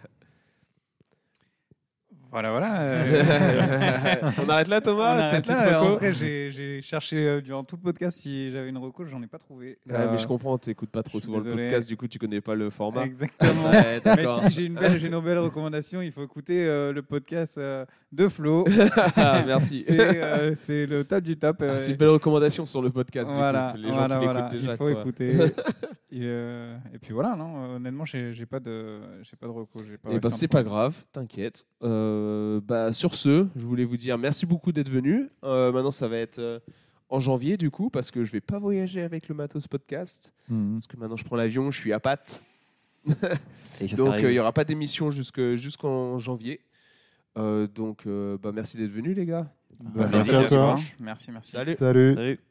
Voilà, voilà. euh.
on arrête là, Thomas
On
T'as
arrête
une petite
là.
reco
Après, j'ai j'ai cherché euh, durant tout le podcast si j'avais une reco, j'en ai pas trouvé.
Ouais, mais je comprends, t'écoutes pas trop
je suis
souvent le
désolé.
podcast, du coup tu connais pas le format.
Exactement.
Ouais,
Mais
d'accord.
si j'ai une belle, j'ai une belle recommandation, il faut écouter euh, le podcast euh, de Flo.
Ah, merci.
C'est euh, c'est le top du top. euh,
Ah, C'est une belle recommandation sur le podcast. du coup,
voilà,
les gens
voilà,
qui l'écoutent
voilà.
déjà.
il faut
quoi.
écouter. et, euh, et puis voilà, non, euh, honnêtement, j'ai j'ai pas de, j'ai pas de recours. j'ai
Eh ben,
réussi à
c'est
me
pas grave, t'inquiète. Euh, bah, sur ce, je voulais vous dire merci beaucoup d'être venu. Euh, maintenant, ça va être euh, en janvier, du coup, parce que je vais pas voyager avec le Matos Podcast.
Mhm.
Parce que maintenant, je prends l'avion, je suis à Pâtes.
Et j'espère
Donc, euh, il
arriver.
n'y aura pas d'émission jusque- jusqu'en janvier. Euh, donc, euh, bah, merci d'être venu, les gars.
prendre.
Bah,
Merci
merci à toi.
dimanche. Merci, merci.
Salut.
Salut.
Salut.